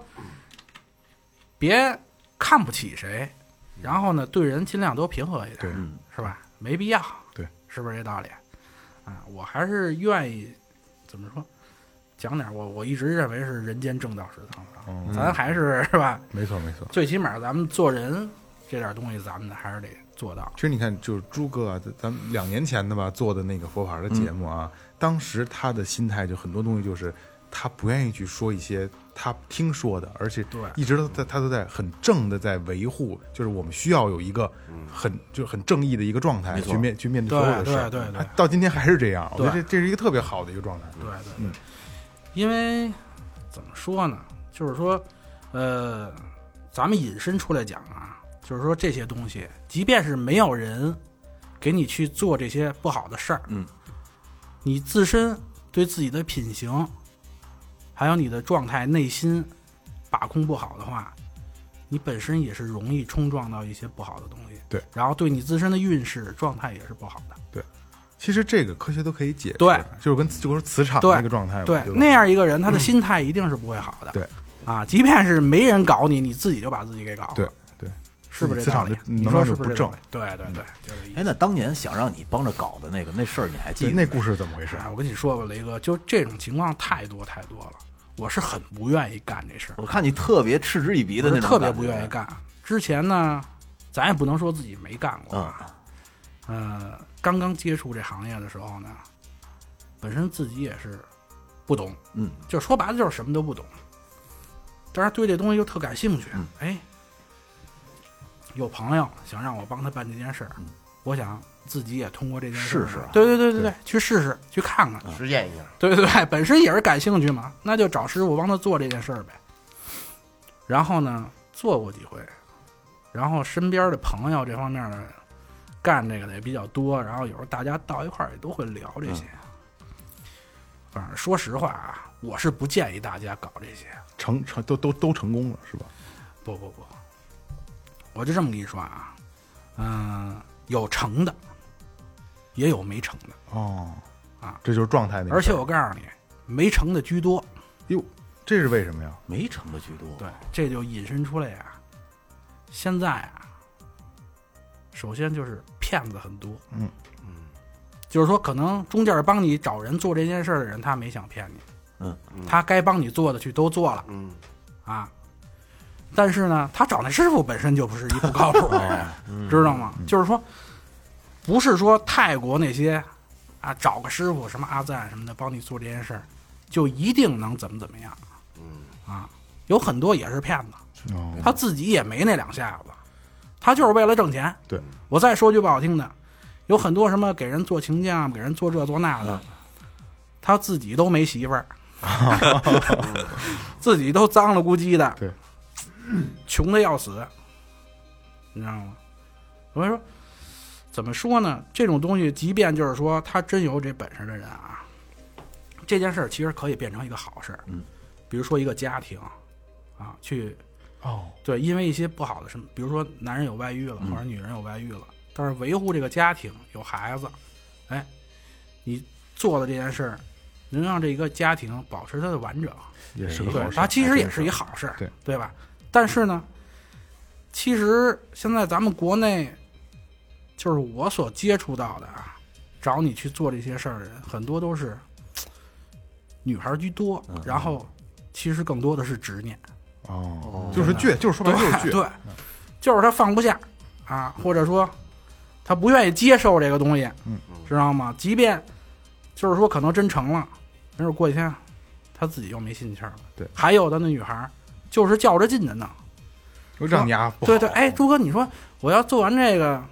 别看不起谁，然后呢，对人尽量多平和一点，
对
嗯
是吧？没必要，
对，
是不是这道理？啊，我还是愿意怎么说，讲点我我一直认为是人间正道是堂啊，
嗯
咱还是是吧？
没错没错。
最起码咱们做人这点东西，咱们还是得做到。
其实你看，就是朱哥啊，咱咱们两年前的吧做的那个佛牌的节目啊，
嗯
当时他的心态就很多东西就是他不愿意去说一些他听说的，而且
对
一直都在他都在很正的在维护，就是我们需要有一个很就是很正义的一个状态
没错
去面去面对所有的事儿。
对对对对
到今天还是这样，我觉得
对
这这是一个特别好的一个状态。
对对对，因为怎么说呢，就是说，呃，咱们引申出来讲啊，就是说这些东西，即便是没有人给你去做这些不好的事儿，
嗯，
你自身对自己的品行，还有你的状态、内心把控不好的话。你本身也是容易冲撞到一些不好的东西，
对，
然后对你自身的运势状态也是不好的，
其实这个科学都可以解释，
对，
就是跟就跟磁场
对
那个状态嘛，
对，
吧嗯
那样一个人，他的心态一定是不会好的。
对，
啊，即便是没人搞你，你自己就把自己给搞了，
对对，
是不是
磁
这道
场
理
就？
你
能
说
量
是
就
不是
不
这道
正
理？？对对对，就这意思。
哎，那当年想让你帮着搞的那个那事儿，你还记
对
得吗？
那故事怎么回事？
哎，我跟你说吧，雷哥，就这种情况太多太多了，我是很不愿意干这事儿，
我看你特别嗤之以鼻
我
的那
是
种感觉，
特别不愿意干。之前呢，咱也不能说自己没干过
嗯
啊，呃，刚刚接触这行业的时候呢，本身自己也是不懂，
嗯，
就说白了就是什么都不懂，但是对这东西又特感兴趣。
嗯
哎，有朋友想让我帮他办这件事儿，我想自己也通过这件事儿
嗯试试啊嗯
对对对对对，去试试，去看看。
实践一下，
对对对，本身也是感兴趣嘛，那就找师傅帮他做这件事儿呗。然后呢，做过几回，然后身边的朋友这方面的干这个的也比较多，然后有时候大家到一块儿也都会聊这些。
嗯
反正说实话啊，我是不建议大家搞这些。
成成都都都成功了是吧？
不不不，我就这么跟你说啊，嗯、有成的，也有没成的，
哦，
啊，
这就是状态那个事儿。
而且我告诉你，没成的居多。
哟，这是为什么呀？
没成的居多。
对，这就引申出来呀、现在啊，首先就是骗子很多，嗯嗯，就是说可能中间帮你找人做这件事儿的人，他没想骗你，
嗯，
他该帮你做的去都做了，
嗯
啊，但是呢，他找那师傅本身就不是一不靠谱的人，知道吗？就是说，不是说泰国那些啊找个师傅什么阿赞什么的帮你做这件事儿，就一定能怎么怎么样，嗯啊，有很多也是骗子。
哦，
他自己也没那两下子，他就是为了挣钱。
对，
我再说句不好听的，有很多什么给人做情将、给人做这做那的，他自己都没媳
<laughs>
妇儿，自己都脏了咕叽的，
对，
穷的要死，你知道吗？所以说，怎么说呢？这种东西，即便就是说他真有这本事的人啊，这件事儿其实可以变成一个好事儿。嗯，比如说一个家庭啊，去
哦，嗯
对，因为一些不好的什么，比如说男人有外遇了，或者女人有外遇了，但是维护这个家庭有孩子，哎，你做的这件事儿，能让这个家庭保持它的完整，
也是个好
对，
事
它。其实也是一好事，
对
对吧？但是呢，其实现在咱们国内，就是我所接触到的啊，找你去做这些事儿的人，很多都是女孩儿居多，
嗯
然后其实更多的是执念。
哦，就是倔，就是说白了就是倔。
对，就是他放不下啊，或者说他不愿意接受这个东西，
嗯
知道吗？即便就是说可能真成了，没准过几天他自己又没心气儿了。
对
还有的那女孩儿就是较着劲的呢，
又让你丫不好
对对，哎，朱哥，你说我要做完这个，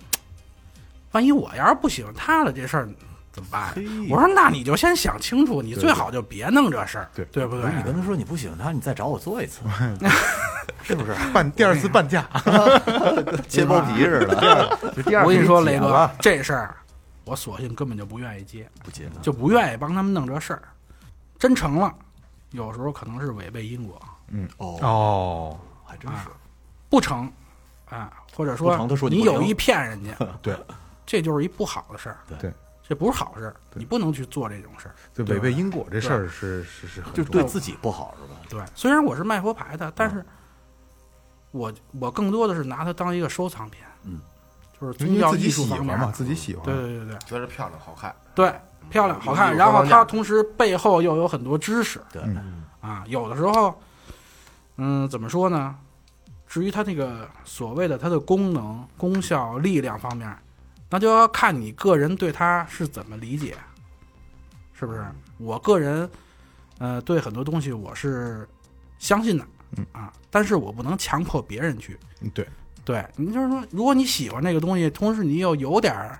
万一我要是不喜欢他了，这事儿怎么办？啊我说那你就先想清楚，你最好就别弄这事儿，
对
对不
不
对啊
是？你跟他说你不喜欢他，你再找我做一次，是不是？
半第二次半价，
切包皮似的。就第二
啊我跟你
批
说，
剪
雷哥
啊
了，
这事儿我索性根本就不愿意接，
<laughs> 不接纳。
就不愿意帮他们弄这事儿。真成了，有时候可能是违背因果；
哦，
哦，
还
啊
真是。
不成，啊，或者说
不成他说你
你
不行
有意骗人
<laughs>
家，
对
这就是一不好的事儿。
对，
这不是好事儿，你不能去做这种事儿。
就违背因果这事儿是是是很
就
重
对
要的
自己不好是吧？
对，虽然我是卖佛牌的，但是我我更多的是拿它当一个收藏品，
嗯，
就是宗
因为
教
自己
艺术
喜
方
欢
面
嘛，自己喜欢
对。对对对
觉得漂亮好看，
对，漂亮好看，
有
然后
有光
它
亮
同时背后又有很多知识，
对，
啊，有的时候，嗯，怎么说呢？至于它那个所谓的它的功能、功效、力量方面，那就要看你个人对它是怎么理解，是不是？
嗯
我个人，呃，对很多东西我是相信的，啊，但是我不能强迫别人去。
嗯对，
对你就是说，如果你喜欢这个东西，同时你又有点儿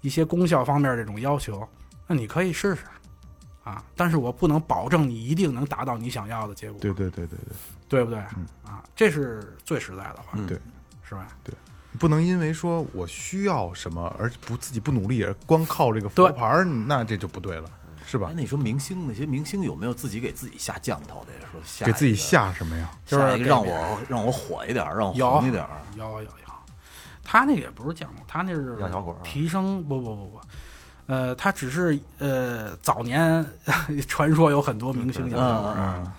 一些功效方面这种要求，那你可以试试啊。但是我不能保证你一定能达到你想要的结果，
对对对对对，
对不对、啊？这是最实在的话，
嗯
对
是吧？
不能因为说我需要什么而不自己不努力，而光靠这个佛
对
牌儿，那这就不对了，是吧
哎，？那你说明星那些明星有没有自己给自己下降头的呀？说下
给自
一
己
个
下什么呀？
就是
下一个
给
让
别人
我让我火一点儿，让我
有
红一点
<laughs>
儿。
有有有，他那个也不是降落，他那是
压小管儿
提升，不不不不，呃，他只是呃早年 <laughs> 传说有很多明星
嗯
养小管儿
嗯，嗯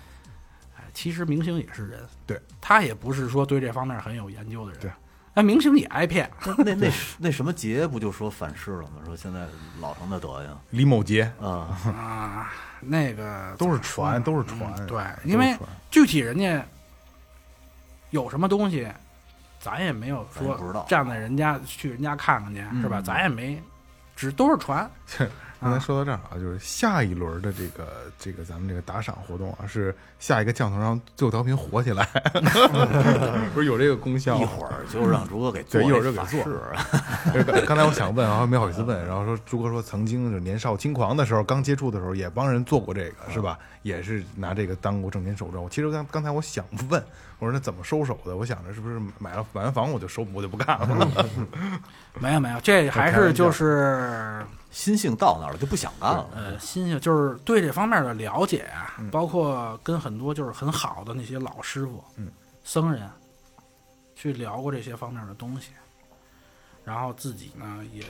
哎其实明星也是人，
对
他也不是说对这方面很有研究的人，
对，
那明星也挨骗，
那那那那什么杰不就说反噬了吗？说现在老成那德行
李某杰
啊，
啊，那个嗯
都是传，都是传，
对
都，是
因为
传
具体人家有什么东西，咱也没有
咱也
说
不知道
站在人家去人家看看去，是
嗯
吧？咱也没，只都是传，
刚才说到这儿啊，就是下一轮的这个这个咱们这个打赏活动啊，是下一个降头让最后调频火起来， <laughs> 不是有这个功效
一
吗？
会儿就让竹哥给做
嗯对，一会儿就
这
给
法
做
事。
刚刚才我想问，啊然后没好意思问，然后说朱哥说曾经就是年少轻狂的时候，刚接触的时候也帮人做过这个，是吧？也是拿这个当过挣钱手段。我其实刚刚才我想问，我说那怎么收手的？我想着是不是买了买完房我就收我就不干了？
没有没有，这还
开玩笑
是就是
心性到那儿了就不想干了。
呃，心性就是对这方面的了解啊，包括跟很多就是很好的那些老师傅、僧人去聊过这些方面的东西，然后自己呢也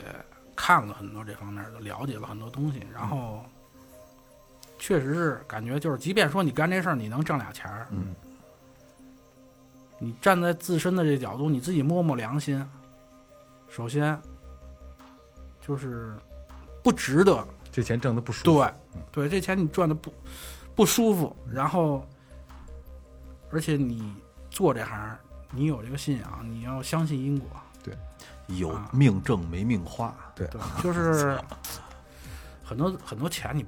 看了很多这方面的，了解了很多东西，然后确实是感觉就是，即便说你干这事儿你能挣俩钱儿，嗯，你站在自身的这角度，你自己摸摸良心，首先就是不值得，
这钱挣的不舒服。
对，对，这钱你赚的不不舒服，然后，而且你做这行儿，你有这个信仰，你要相信因果，
有命挣没命花，
啊对
对，就是 <laughs> 很多很多钱你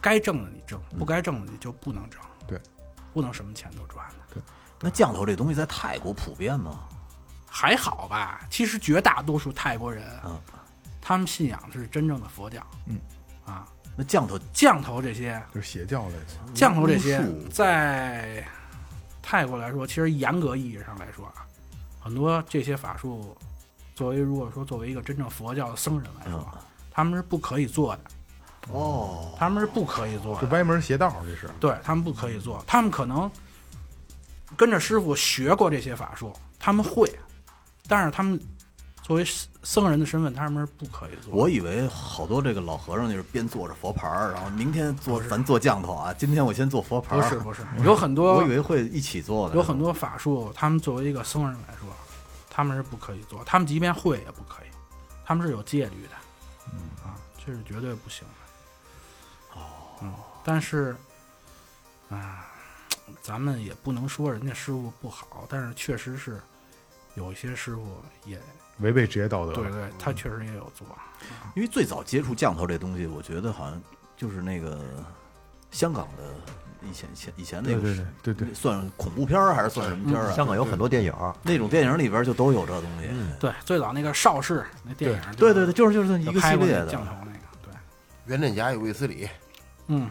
该挣的你挣，不该挣的你就不能挣，
对，
不能什么钱都赚的，
那降头这东西在泰国普遍吗？
还好吧？其实绝大多数泰国人，
嗯
他们信仰的是真正的佛教，
嗯，
啊，
那降头
降头这些，
就是邪教类的，
降头这些在泰国来说，其实严格意义上来说啊，很多这些法术，作为如果说作为一个真正佛教的僧人来说，他们是不可以做的，
嗯哦，
他们是不可以做的
就，歪门邪道，这是。
对他们不可以做，他们可能跟着师傅学过这些法术，他们会，但是他们作为僧人的身份，他们是不可以做的。
我以为好多这个老和尚就是边做着佛牌儿，然后明天做咱做降头啊，今天我先做佛牌儿，
不是啊不是，有很多
我以为会一起做的，
有很多法术，他们作为一个僧人来说，他们是不可以做，他们即便会也不可以，他们是有戒律的，
嗯
啊，这是绝对不行的。哦，嗯，但是，啊，咱们也不能说人家师傅不好，但是确实是有一些师傅也
违背职业道德。
对
嗯
对，他确实也有做，
哎因为最早接触降头这东西，我觉得好像就是那个香港的以前以前以前那个
对对对对对
算恐怖片儿还是算什么片儿
嗯
啊？
香港有很多电影儿，
那种电影里边就都有这东西。
嗯
对，最早那个邵氏那电影，
对对对，，就是就是一
就
个系
拍过
列
那
的
降头那个，对，
袁振霞有卫斯理，
嗯，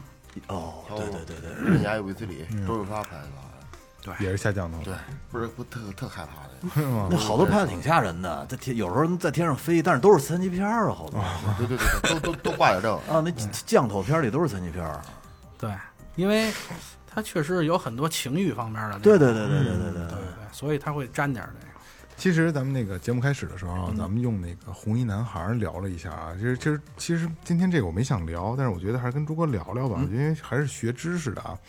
哦，对对对对，
袁振霞有卫斯理，周润发拍的吧，
也是下降头。
对，不是不特特害怕的，
哦是吗
那？好多拍的挺吓人的，在天有时候在天上飞，但是都是三级片儿啊，好多
哦
啊，
对对对，对都都都挂点这个。
那
嗯
降头片儿里都是三级片儿。啊
对，因为他确实有很多情欲方面的那种，
对对对对对对对对
对，对，所以他会沾点儿这个。
其实咱们那个节目开始的时候
嗯
啊，咱们用那个红衣男孩聊了一下啊。其实其实其实今天这个我没想聊，但是我觉得还是跟朱哥聊聊吧，
嗯
因为还是学知识的啊。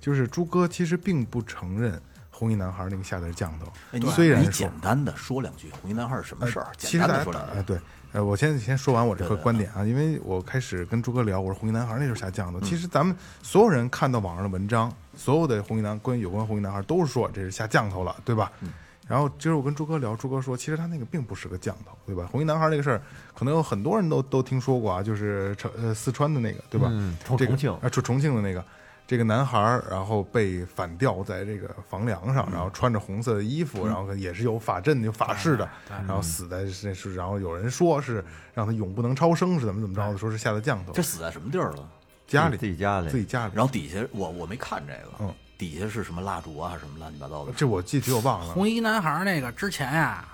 就是朱哥其实并不承认红衣男孩那个下的是降
哎
头，
你
虽然
你
说
简单的说两句《红衣男孩》是什么事儿？
呃其
简
实
单
大
的
家打
说两句
呃。对，呃，我先先说完我这个观点啊，因为我开始跟朱哥聊，我说红衣男孩那就是下降的。
嗯
其实咱们所有人看到网上的文章，所有的红衣男关于有关红衣男孩都是说这是下降头了，对吧？
嗯
然后今儿我跟朱哥聊，朱哥说，其实他那个并不是个降头，对吧？红衣男孩这个事儿，可能有很多人都都听说过啊，就是成呃四川的那个，对吧？
嗯重
这个
重庆
啊，重重庆的那个，这个男孩儿，然后被反吊在这个房梁上，然后穿着红色的衣服，然后也是有法阵、有法式的，然后死在这是，然后有人说是让他永不能超生，是怎么怎么着的，说是下的降头
这，死在什么地儿了？
家里
自己家里
自己家里，
然后底下我我没看这个，
嗯
底下是什么蜡烛啊，什么乱七八糟的。
这我具体我忘了，
红衣男孩儿那个之前呀、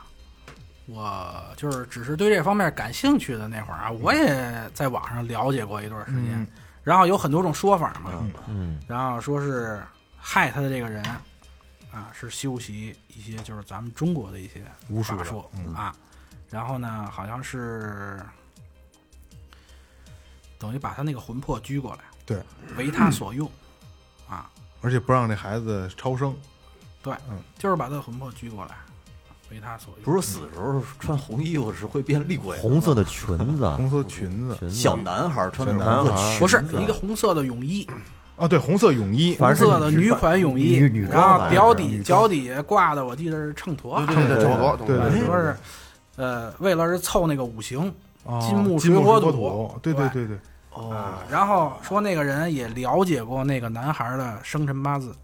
我就是只是对这方面感兴趣的那会儿啊，我也在网上了解过一段时间，然后有很多种说法嘛，嗯，然后说是害他的这个人啊是修习一些就是咱们中国的一些
巫术
法
的
术啊，然后呢好像是等于把他那个魂魄拘过来，
对，
为他嗯所用。啊，
而且不让这孩子超生，
对，
嗯
就是把他的魂魄拘过来，为他所用。
不是说死的时候穿红衣服是会变厉鬼的吗，
红色的 <laughs> 裙子，
红色裙子
裙子
小男孩穿着
小男
红色
孩
裙子
不是一个红色的泳衣，
啊，对，红色泳衣，
反
红
正是
色的女款泳衣
女女，
然
装
后
吧
脚
女
底
装
脚底下挂的，我记得是秤砣，
对对，差不多，
对对
说是呃，为了是凑那个五行
哦
金木
金
水
木
火
土
土，
对
对
对对，
啊。然后说那个人也了解过那个男孩的生辰八字，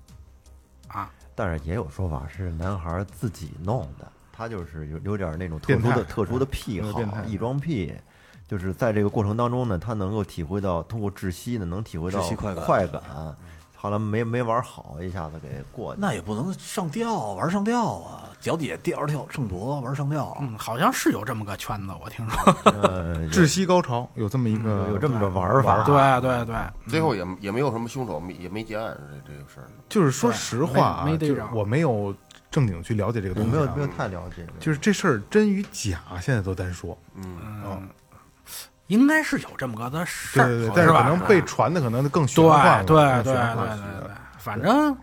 啊，
但是也有说法是男孩儿自己弄的，他就是有有点儿那种特殊
变态
的特殊的癖
有
好
点变态，
异装癖。就是在这个过程当中呢，他能够体会到通过窒息呢，能体会到
窒息快感
感后来没没玩好，一下子给过去。
那也不能上吊玩上吊啊，脚底下吊着跳秤砣啊玩上吊。
嗯，好像是有这么个圈子，我听说。
呃，
窒息高潮有这么一个
嗯有有这么个呃玩法，
对对对，
最后也也没有什么凶手，没也没结案这这个事儿。
就是说实话啊，
没没逮
就是
着
我没有正经去了解这个
我
东西、
没
啊，
有没有太了解，
就是这事儿真与假现在都单说，
嗯，应该是有这么个的事
对
儿，
对对，但是
是
可
吧？啊
能被传的可能更玄
对
幻了，
对对对
更玄幻
对
了
对，对，反正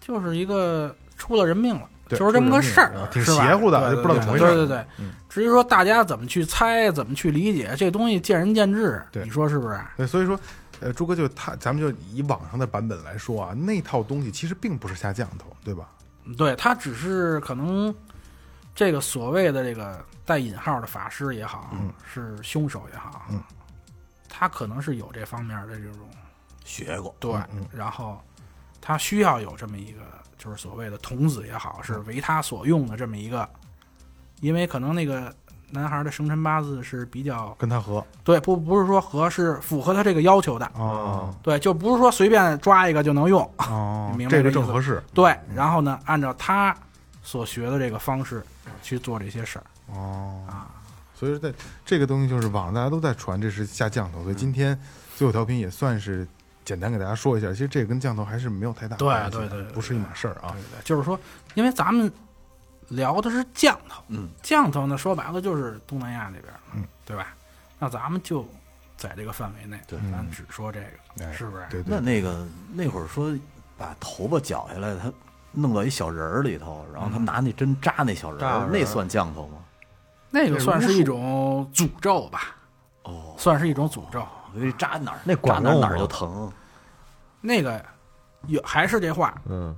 就是一个出了人命了，
对
就是这么个事儿
出了人命啊，挺
是吧
邪乎的
对对
就不知道怎么回事嗯
对对对，至于说大家怎么去猜，怎么去理解，这东西见仁见智，
对
你说是不是？
对，所以说，呃，朱哥就他，咱们就以网上的版本来说啊，那套东西其实并不是下降头，对吧？
对他只是可能这个所谓的这个带引号的法师也好，
嗯
是凶手也好，他可能是有这方面的这种
学过，嗯
对，然后他需要有这么一个，就是所谓的童子也好，是为他所用的这么一个，因为可能那个男孩的生辰八字是比较
跟他合
对，不不是说合适符合他这个要求的，
哦
对，就不是说随便抓一个就能
<laughs>
用，
哦
明白
这个
这意
正
思
合适
对，然后呢，按照他所学的这个方式去做这些事儿，
哦所以说在，这个东西就是网上大家都在传，这是下降头，所以今天最后调频也算是简单给大家说一下，其实这个跟降头还是没有太大
对
关系
对
的
对对
不是一码事儿啊
对。对，就是说，因为咱们聊的是降头，
嗯，
降头呢说白了就是东南亚那边，嗯，对吧？那咱们就在这个范围内，对，咱只说这个，
哎
是不是？
对对
那那个那会儿说把头发绞下来，他弄到一小人儿里头，然后他拿那针嗯扎那小人
扎
儿，
人
那算降头吗？
那个算是一种诅咒吧，
哦，
算是一种诅咒。
我给你扎哪儿？
那
扎
管
哪儿
用
哪
吗
儿就疼。
那个有还是这话，
嗯，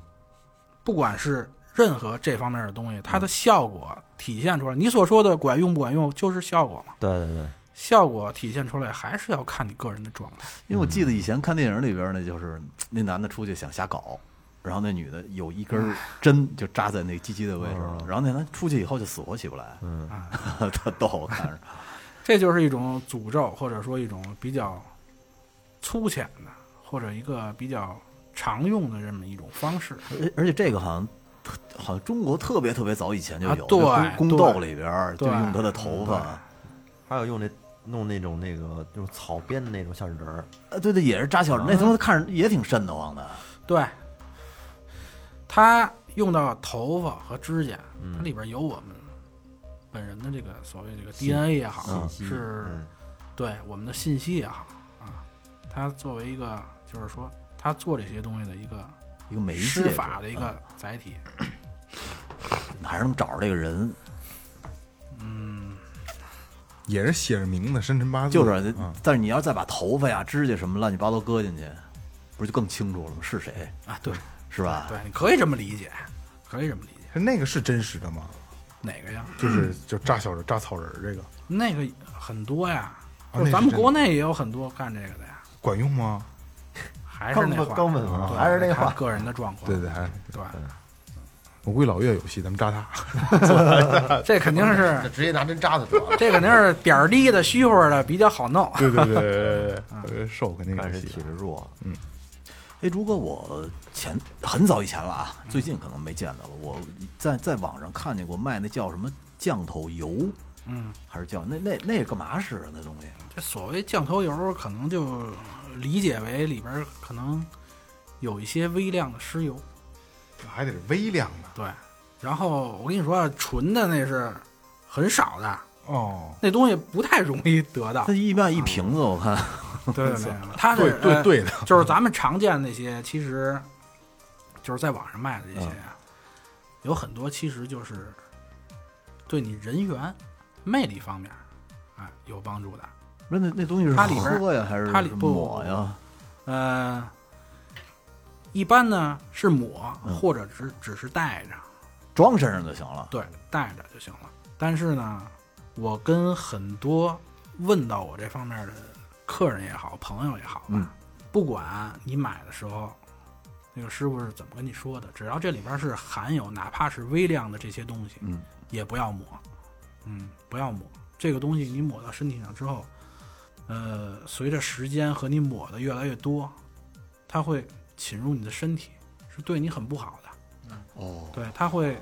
不管是任何这方面的东西，它的效果体现出来，你所说的管用不管用，就是效果嘛。
对对对，
效果体现出来还是要看你个人的状态。
因为我记得以前看电影里边呢，就是那男的出去想瞎搞，然后那女的有一根针就扎在那鸡鸡的位置了，然后那男出去以后就死活起不来，嗯， <laughs> 他逗我看着，
这就是一种诅咒，或者说一种比较粗浅的，或者一个比较常用的这么一种方式。
<laughs> 而而且这个好像。好像中国特别特别早以前就有，
啊对
就宫宫
对
斗里边儿就
对
用他的头发，
还有用那弄那种那个就是草编的那种小人儿，
呃，对对，也是扎小人，那
啊
他妈看着也挺瘆得慌的。
对，它用到头发和指甲，
嗯
它里边有我们本人的这个所谓这个 DNA 也好，
信息
是、
嗯
对我们的信息也好啊，它作为一个就是说它做这些东西的一个
一个媒
施
介
法的一
嗯
啊
个载体。
还是能找着这个人，
也是写着名字，生辰八字，
就是
嗯，
但是你要再把头发呀、指甲什么乱七八糟搁进去，不是就更清楚了吗？是谁，
啊，对
是吧？
对，你可以这么理解，可以这么理解。
是那个是真实的吗？
哪个呀？
就是就扎小人、扎草人儿这个
那个很多呀，
啊
就
那
是
是
咱们
真的
国内也有很多干这个的呀，
管用吗？
还是那话，
刚问啊
对
还是那话
看个人的状况，
对对，还是
对吧，
我估计老岳有戏，咱们扎他。嗯
这肯定是
直接拿针扎他得了。
这肯定是点儿低的、虚乎的比较好弄，
对对对对对对对，瘦肯定
但
有
是
戏
体。质弱，
哎，如果我前很早以前了啊，最近可能没见到了。我在在网上看见过卖那叫什么降头油，
嗯，
还是叫那那那干嘛使的那东西？
这所谓降头油，可能就理解为里边儿可能有一些微量的尸油，
还得是微量的
对，然后我跟你说啊，纯的那是很少的，
哦。
那东西不太容易得到
它，一般一瓶子，我看
对对对，它是
对对
呃
对的，
就是咱们常见的那些，其实就是在网上卖的这些呀、有很多其实就是对你人缘、魅力方面，哎，有帮助的。
不是那那东西是
它里边儿
喝呀，还是
它里不
抹呀？
呃，一般呢是抹，或者只只是带着，
装身上就行了。
对，带着就行了。但是呢，我跟很多问到我这方面的客人也好，朋友也好吧，
嗯
不管你买的时候，那个师傅是怎么跟你说的，只要这里边是含有哪怕是微量的这些东西，
嗯，
也不要抹，嗯，不要抹这个东西，你抹到身体上之后，呃，随着时间和你抹的越来越多，它会侵入你的身体，是对你很不好的。
哦，
对，它会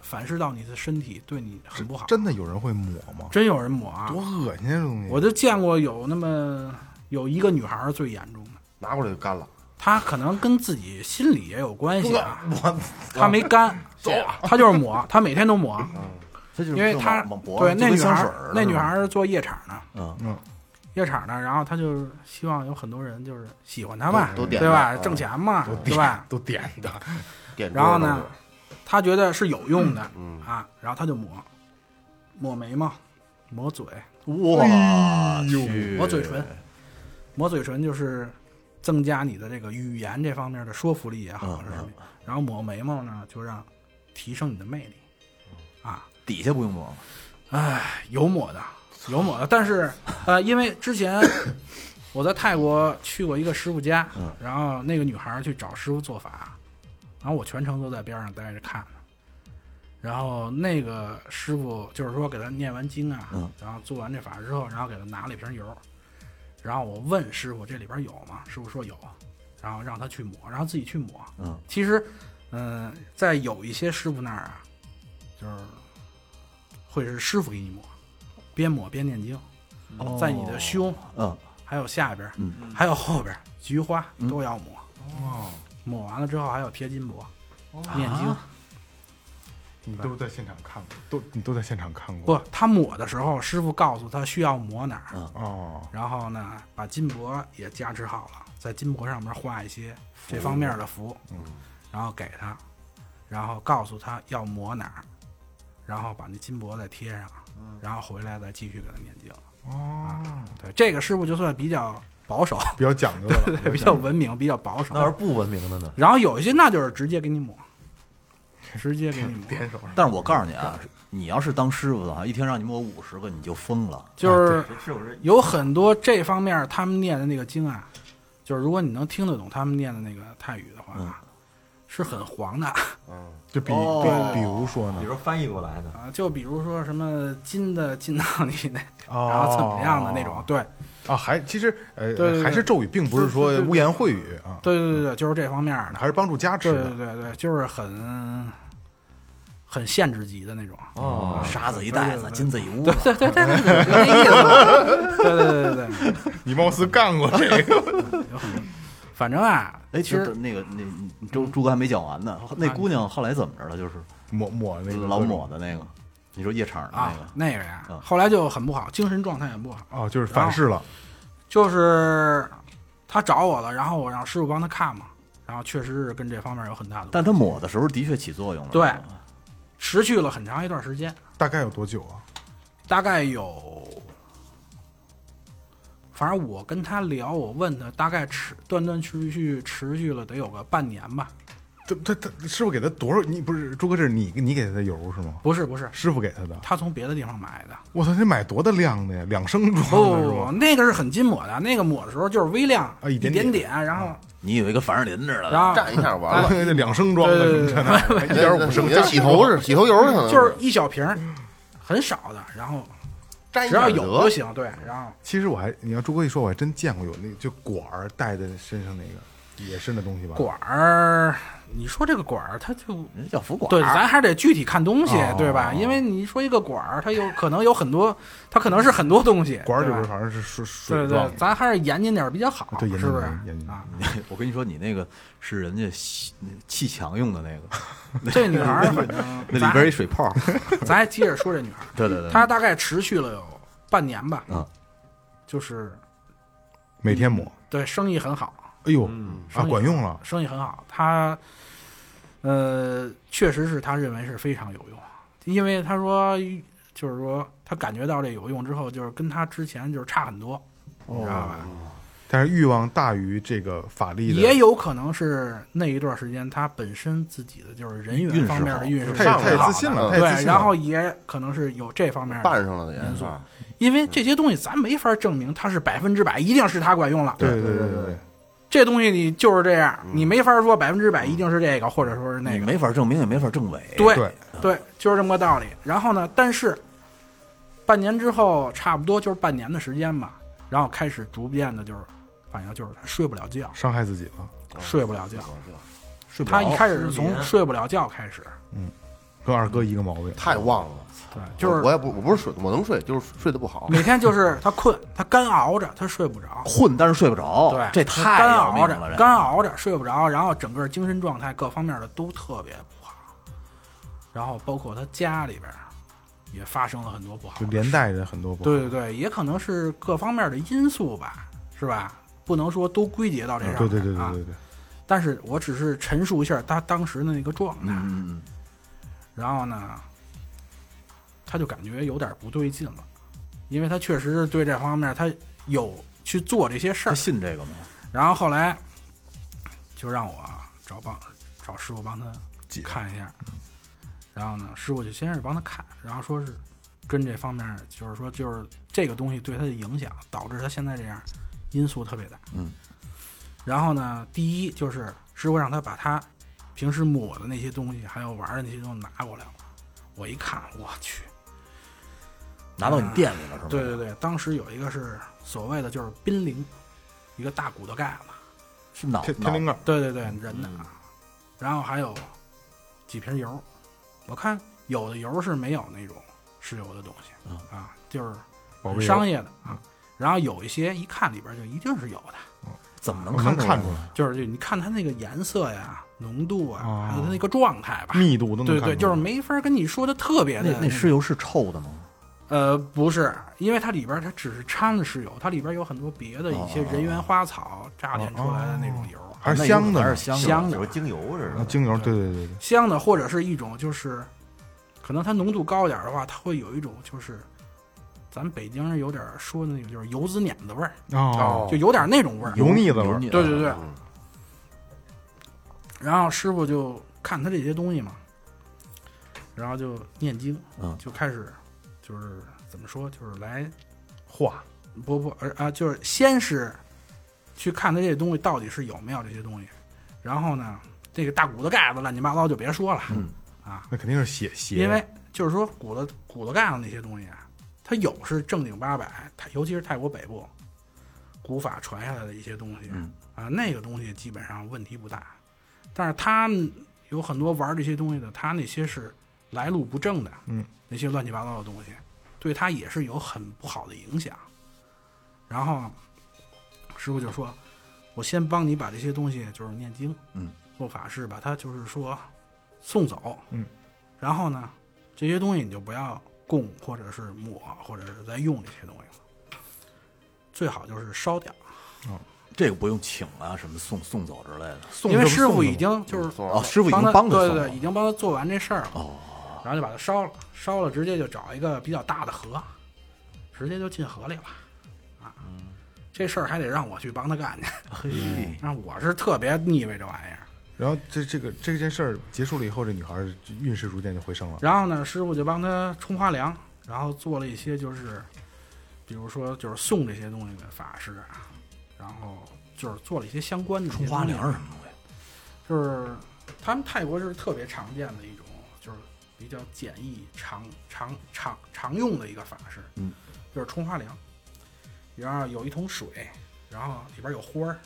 反噬到你的身体，对你很不好。
真的有人会抹吗？
真有人抹啊
多！恶心啊！这东西，
我就见过有那么有一个女孩儿最严重的，
拿过来就干了，
她可能跟自己心理也有关系啊。
我
她没干，走，她就是抹，她每天都抹，
他就是
因为他
往往脖
对
子
那
就跟
女孩
香水
儿
儿
那女孩
儿
儿是做夜场的，
嗯
嗯，
夜场的，然后他就是希望有很多人就是喜欢他嘛，
都都点
对吧？
他
挣钱嘛，对吧？
都点
<laughs>
的，
点
然后
缀
呢
都是，
他觉得是有用的，啊，然后他就抹抹眉毛，抹嘴，哎
哇去，
抹嘴唇，抹嘴唇就是增加你的这个语言这方面的说服力也好，是什么然后抹眉毛呢，就让提升你的魅力，啊，
底下不用抹了，
哎，有抹的，有抹的，但是呃，因为之前我在泰国去过一个师傅家，然后那个女孩儿去找师傅做法，然后我全程都在边上待着看呢然后那个师傅就是说给她念完经啊，然后做完这法之后，然后给她拿了一瓶油，然后我问师傅这里边有吗？师傅说有，然后让她去抹，然后自己去抹。
嗯，
其实，嗯、在有一些师傅那儿啊，就是会是师傅给你抹，边抹边念经，在你的胸、
嗯，
还有下边儿，还有后边儿菊花都要抹。抹完了之后还要贴金箔，念经。
你都在现场看过，都你都在现场看过
不，他抹的时候，师傅告诉他需要抹哪儿，
哦，
然后呢，把金箔也加持好了，在金箔上面画一些这方面的符，然后给他，然后告诉他要抹哪儿，然后把那金箔再贴上，然后回来再继续给他念经。哦，对，这个师傅就算比较保守，
比较讲究的了，
对， <laughs> 比较文明，比较保守
那。要是不文明的呢？
然后有一些那就是直接给你抹，直接给你抹，
点手上
但是我告诉你啊，你要是当师傅的话，一天让你抹五十个，你就疯了。
就是
是不是？
有很多这方面他们念的那个经啊，就是如果你能听得懂他们念的那个泰语的话，是很黄的 <laughs>
就比
哦
比比如说呢
比，如翻译过来的，
啊。就比如说什么金的进到你那，
哦
然后怎么样的那种，对
啊，还其实呃
对对
还是咒语，并不是说污言秽语啊，
对对对对，就是这方面的。
还是帮助加持
对对
的。
对对，就是很很限制级的那种。 <laughs>
哦，
沙子一袋子，金子一屋子，
对对对对对，就那意思。对对对对对，
<laughs> 你貌似干过这个， <laughs>
<laughs> 反正啊，
哎，
其实
等那个那那周朱哥还没讲完呢，那姑娘后来怎么着了？就是
抹抹那个
老抹的那个，你说夜场的
啊
那个，
那个呀
嗯，
后来就很不好，精神状态也不好。
哦，就是反噬了，
就是他找我了，然后我让师傅帮他看嘛，然后确实是跟这方面有很大的，
但她抹的时候的确起作用了。
对持续了很长一段时间，
大概有多久啊？
大概有，反正我跟他聊，我问他大概持断断续续持续了得有个半年吧，
他他他师傅给他多少？你不是朱哥，这是你你给他的油是吗？
不是不是，
师傅给他的，
他从别的地方买的，
我操，这买多大量的呀？两升装
不
的是
不
吗？
不，那个是很筋抹的，那个抹的时候就是微量
哦啊一点点
点然后
你以为跟凡士林似的？
然后
站一下完
啊
了，
哎
那 <laughs> 两升装的什么的哎呢，一点五升
你的洗头是洗头油可能
就是一小瓶儿，很少的，然后
沾一
只要
点
有
得
就，行，对，然后。
其实我还，你要朱哥一说，我还真见过有那就管儿戴在身上那个，也是那东西吧？
管儿，你说这个管儿，它就
人家叫服管。
对，
啊
咱还得具体看东西，
哦
对吧？因为你说一个管儿，它有可能有很多，它可能是很多东西。
管儿
对
里
吧
边反正是水水
对
状
对，，咱还是严谨点儿比较好，
对严
是
谨
不是
点儿严谨点儿
啊？
我 <laughs> 跟你说，你那个是人家气气墙用的那
<laughs>
个，
啊这女孩儿
<laughs>
反正
那里边一水
<laughs>
泡。
咱咱还接着说这女孩儿，
对对
嗯
对，
她大概持续了有半年吧，
嗯，
就是
每天抹。
对生意很好，
哎呦，啊，
生意
管用了，
生意很好，他呃，确实是他认为是非常有用，因为他说就是说他感觉到这有用之后，就是跟他之前就是差很多，
哦
你知道吧？
但是欲望大于这个法力的，
也有可能是那一段时间他本身自己的就是人
运
缘
势
方面的
好
运势
太
上
太
来
自信了，太自
对，
信
然
了
后也可能是有这方面的
办上了的啊人
因素，因为这些东西咱没法证明它是百分之百一定是它管用了，
对嗯对对对对，
这东西你就是这样，你没法说百分之
嗯
百一定是这个，或者说是那
你
个，
没法证明，也没法证伪。
对
对
对，就是这么个道理。然后呢，但是半年之后，差不多就是半年的时间吧，然后开始逐渐的，就是反正就是他睡不了觉，
伤害自己了，
哦
睡不了觉。
睡不着哦
他一开始是从睡不了觉开始，
跟二哥一个毛病，
太旺了。
对，就
我
是
也不我不是睡，我能睡，就是睡得不好。
每天就是他困，他干熬着，他睡不着。
困，但是睡不着。
对，
哦这
他
太
干
要命
熬
了。
着，
这
干熬着睡不着，然后整个精神状态各方面的都特别不好，然后包括他家里边儿，也发生了很多不好
就
的
连
事
带着很多不好
对对对，也可能是各方面的因素吧，是吧？不能说都归结到这上
对
面、
对对对
啊
对。对，
但是我只是陈述一下他当时的那个状态，
嗯嗯
然后呢，他就感觉有点不对劲了，因为他确实是对这方面他有去做这些事
他
儿，
信这个吗？
然后后来就让我找帮找师傅帮他看一下，然后呢，师傅就先是帮他看，然后说是跟这方面，就是说就是这个东西对他的影响，导致他现在这样，因素特别大。嗯。然后呢，第一就是师傅让他把他平时抹的那些东西，还有玩的那些东西拿过来了。我一看，我去，
拿到你店里了是吗？
嗯对对对，当时有一个是所谓的就是濒临一个大骨头盖子，
是脑
天天灵
脑
盖儿
对对对，人的啊，然后还有几瓶油，我看有的油是没有那种石油的东西
嗯
啊，就是
宝贝
商业的啊。然后有一些一看里边就一定是有的，
怎么能
我能
看
看
出
出
来？
来，
就是就你看它那个颜色呀、浓度
哦
啊，还有它那个状态吧。
密度都能
对
看出来。
对，就是没法跟你说的特别的
那那
个
石油是臭的吗？
呃，不是，因为它里边它只是掺了石油，它里边有很多别的一些人员花草炸炼出来的那种油，
还是香的
还
嘛，
是香的？
香
比如
的
精油似
啊
的，
精油，对对对对，
香的，或者是一种就是，可能它浓度高一点的话，它会有一种就是，咱北京人有点说那个就是油滋碾子味儿，
哦，
就有点那种味儿。
油腻的味
油
儿
腻，
对对对。然后师傅就看他这些东西嘛，然后就念经，
嗯
就开始就是怎么说，就是来
化
不不，而啊，就是先是去看他这些东西到底是有没有这些东西，然后呢，这个大骨头盖子乱七八糟就别说了，
那肯定是血血，
因为就是说骨头骨头盖上那些东西啊，它有是正经八百，它尤其是泰国北部古法传下来的一些东西，啊，那个东西基本上问题不大，但是他们有很多玩这些东西的，他那些是来路不正的，
嗯，
那些乱七八糟的东西，对他也是有很不好的影响。然后师傅就说：“我先帮你把这些东西就是念经，
嗯，
做法事，把它就是说送走，
嗯，
然后呢，这些东西你就不要供或者是抹或者是在用这些东西了，最好就是烧掉。”
这个不用请啊，什么送送走之类的。
送
因为
这不
师傅
送的
已
吗
经就是
哦，师傅已经
他
帮他
对
送
对
了
对，已经帮他做完这事儿了。哦，然后就把它烧了，烧了直接就找一个比较大的河，直接就进河里了。啊，这事儿还得让我去帮他干去。
嘿，
那我是特别腻歪这玩意儿。
然后这这个这件事儿结束了以后，这女孩儿就运势逐渐就回升了。
然后呢，师傅就帮他冲花梁，然后做了一些就是，比如说就是送这些东西的法事啊，然后就是做了一些相关的
冲花
梁
梁是什么东西？
就是他们泰国是特别常见的一种，就是比较简易、常常常常用的一个法式，
嗯，
就是冲花凉，然后有一桶水，然后里边有花儿，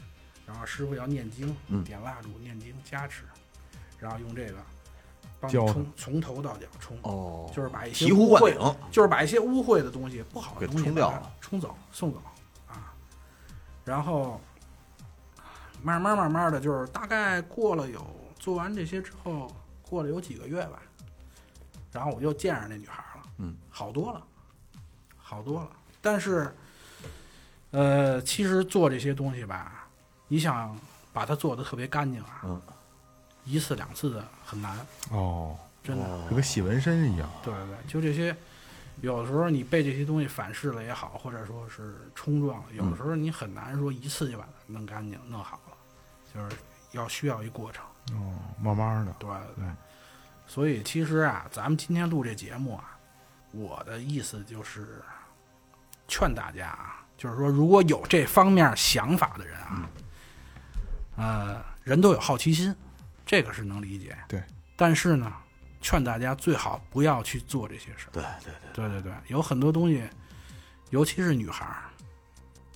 然后师傅要念经，
嗯
点蜡烛念经加持，然后用这个帮你
浇它
冲从头到脚冲，
哦
就是把一些
醍醐
污
灌
秽
顶，
就是把一些污秽的东西、不好的东西
给冲掉了，
冲走、送走啊。然后慢慢慢慢的就是大概过了有做完这些之后，过了有几个月吧，然后我又见着那女孩了，
嗯，
好多了，好多了。但是，呃，其实做这些东西吧，你想把它做的特别干净啊，
嗯，
一次两次的很难，
哦，
真的。
就跟洗纹身一样，
对对，对，就这些。有时候你被这些东西反噬了也好，或者说是冲撞了，有时候你很难说一次就把它弄干净、弄好了，就是要需要一过程。
哦，慢慢的，
对对对
嗯。
所以其实啊，咱们今天录这节目啊，我的意思就是劝大家啊，就是说如果有这方面想法的人啊，呃，人都有好奇心，这个是能理解。
对。
但是呢，劝大家最好不要去做这些事儿。
对对对，
对对对，有很多东西，尤其是女孩儿，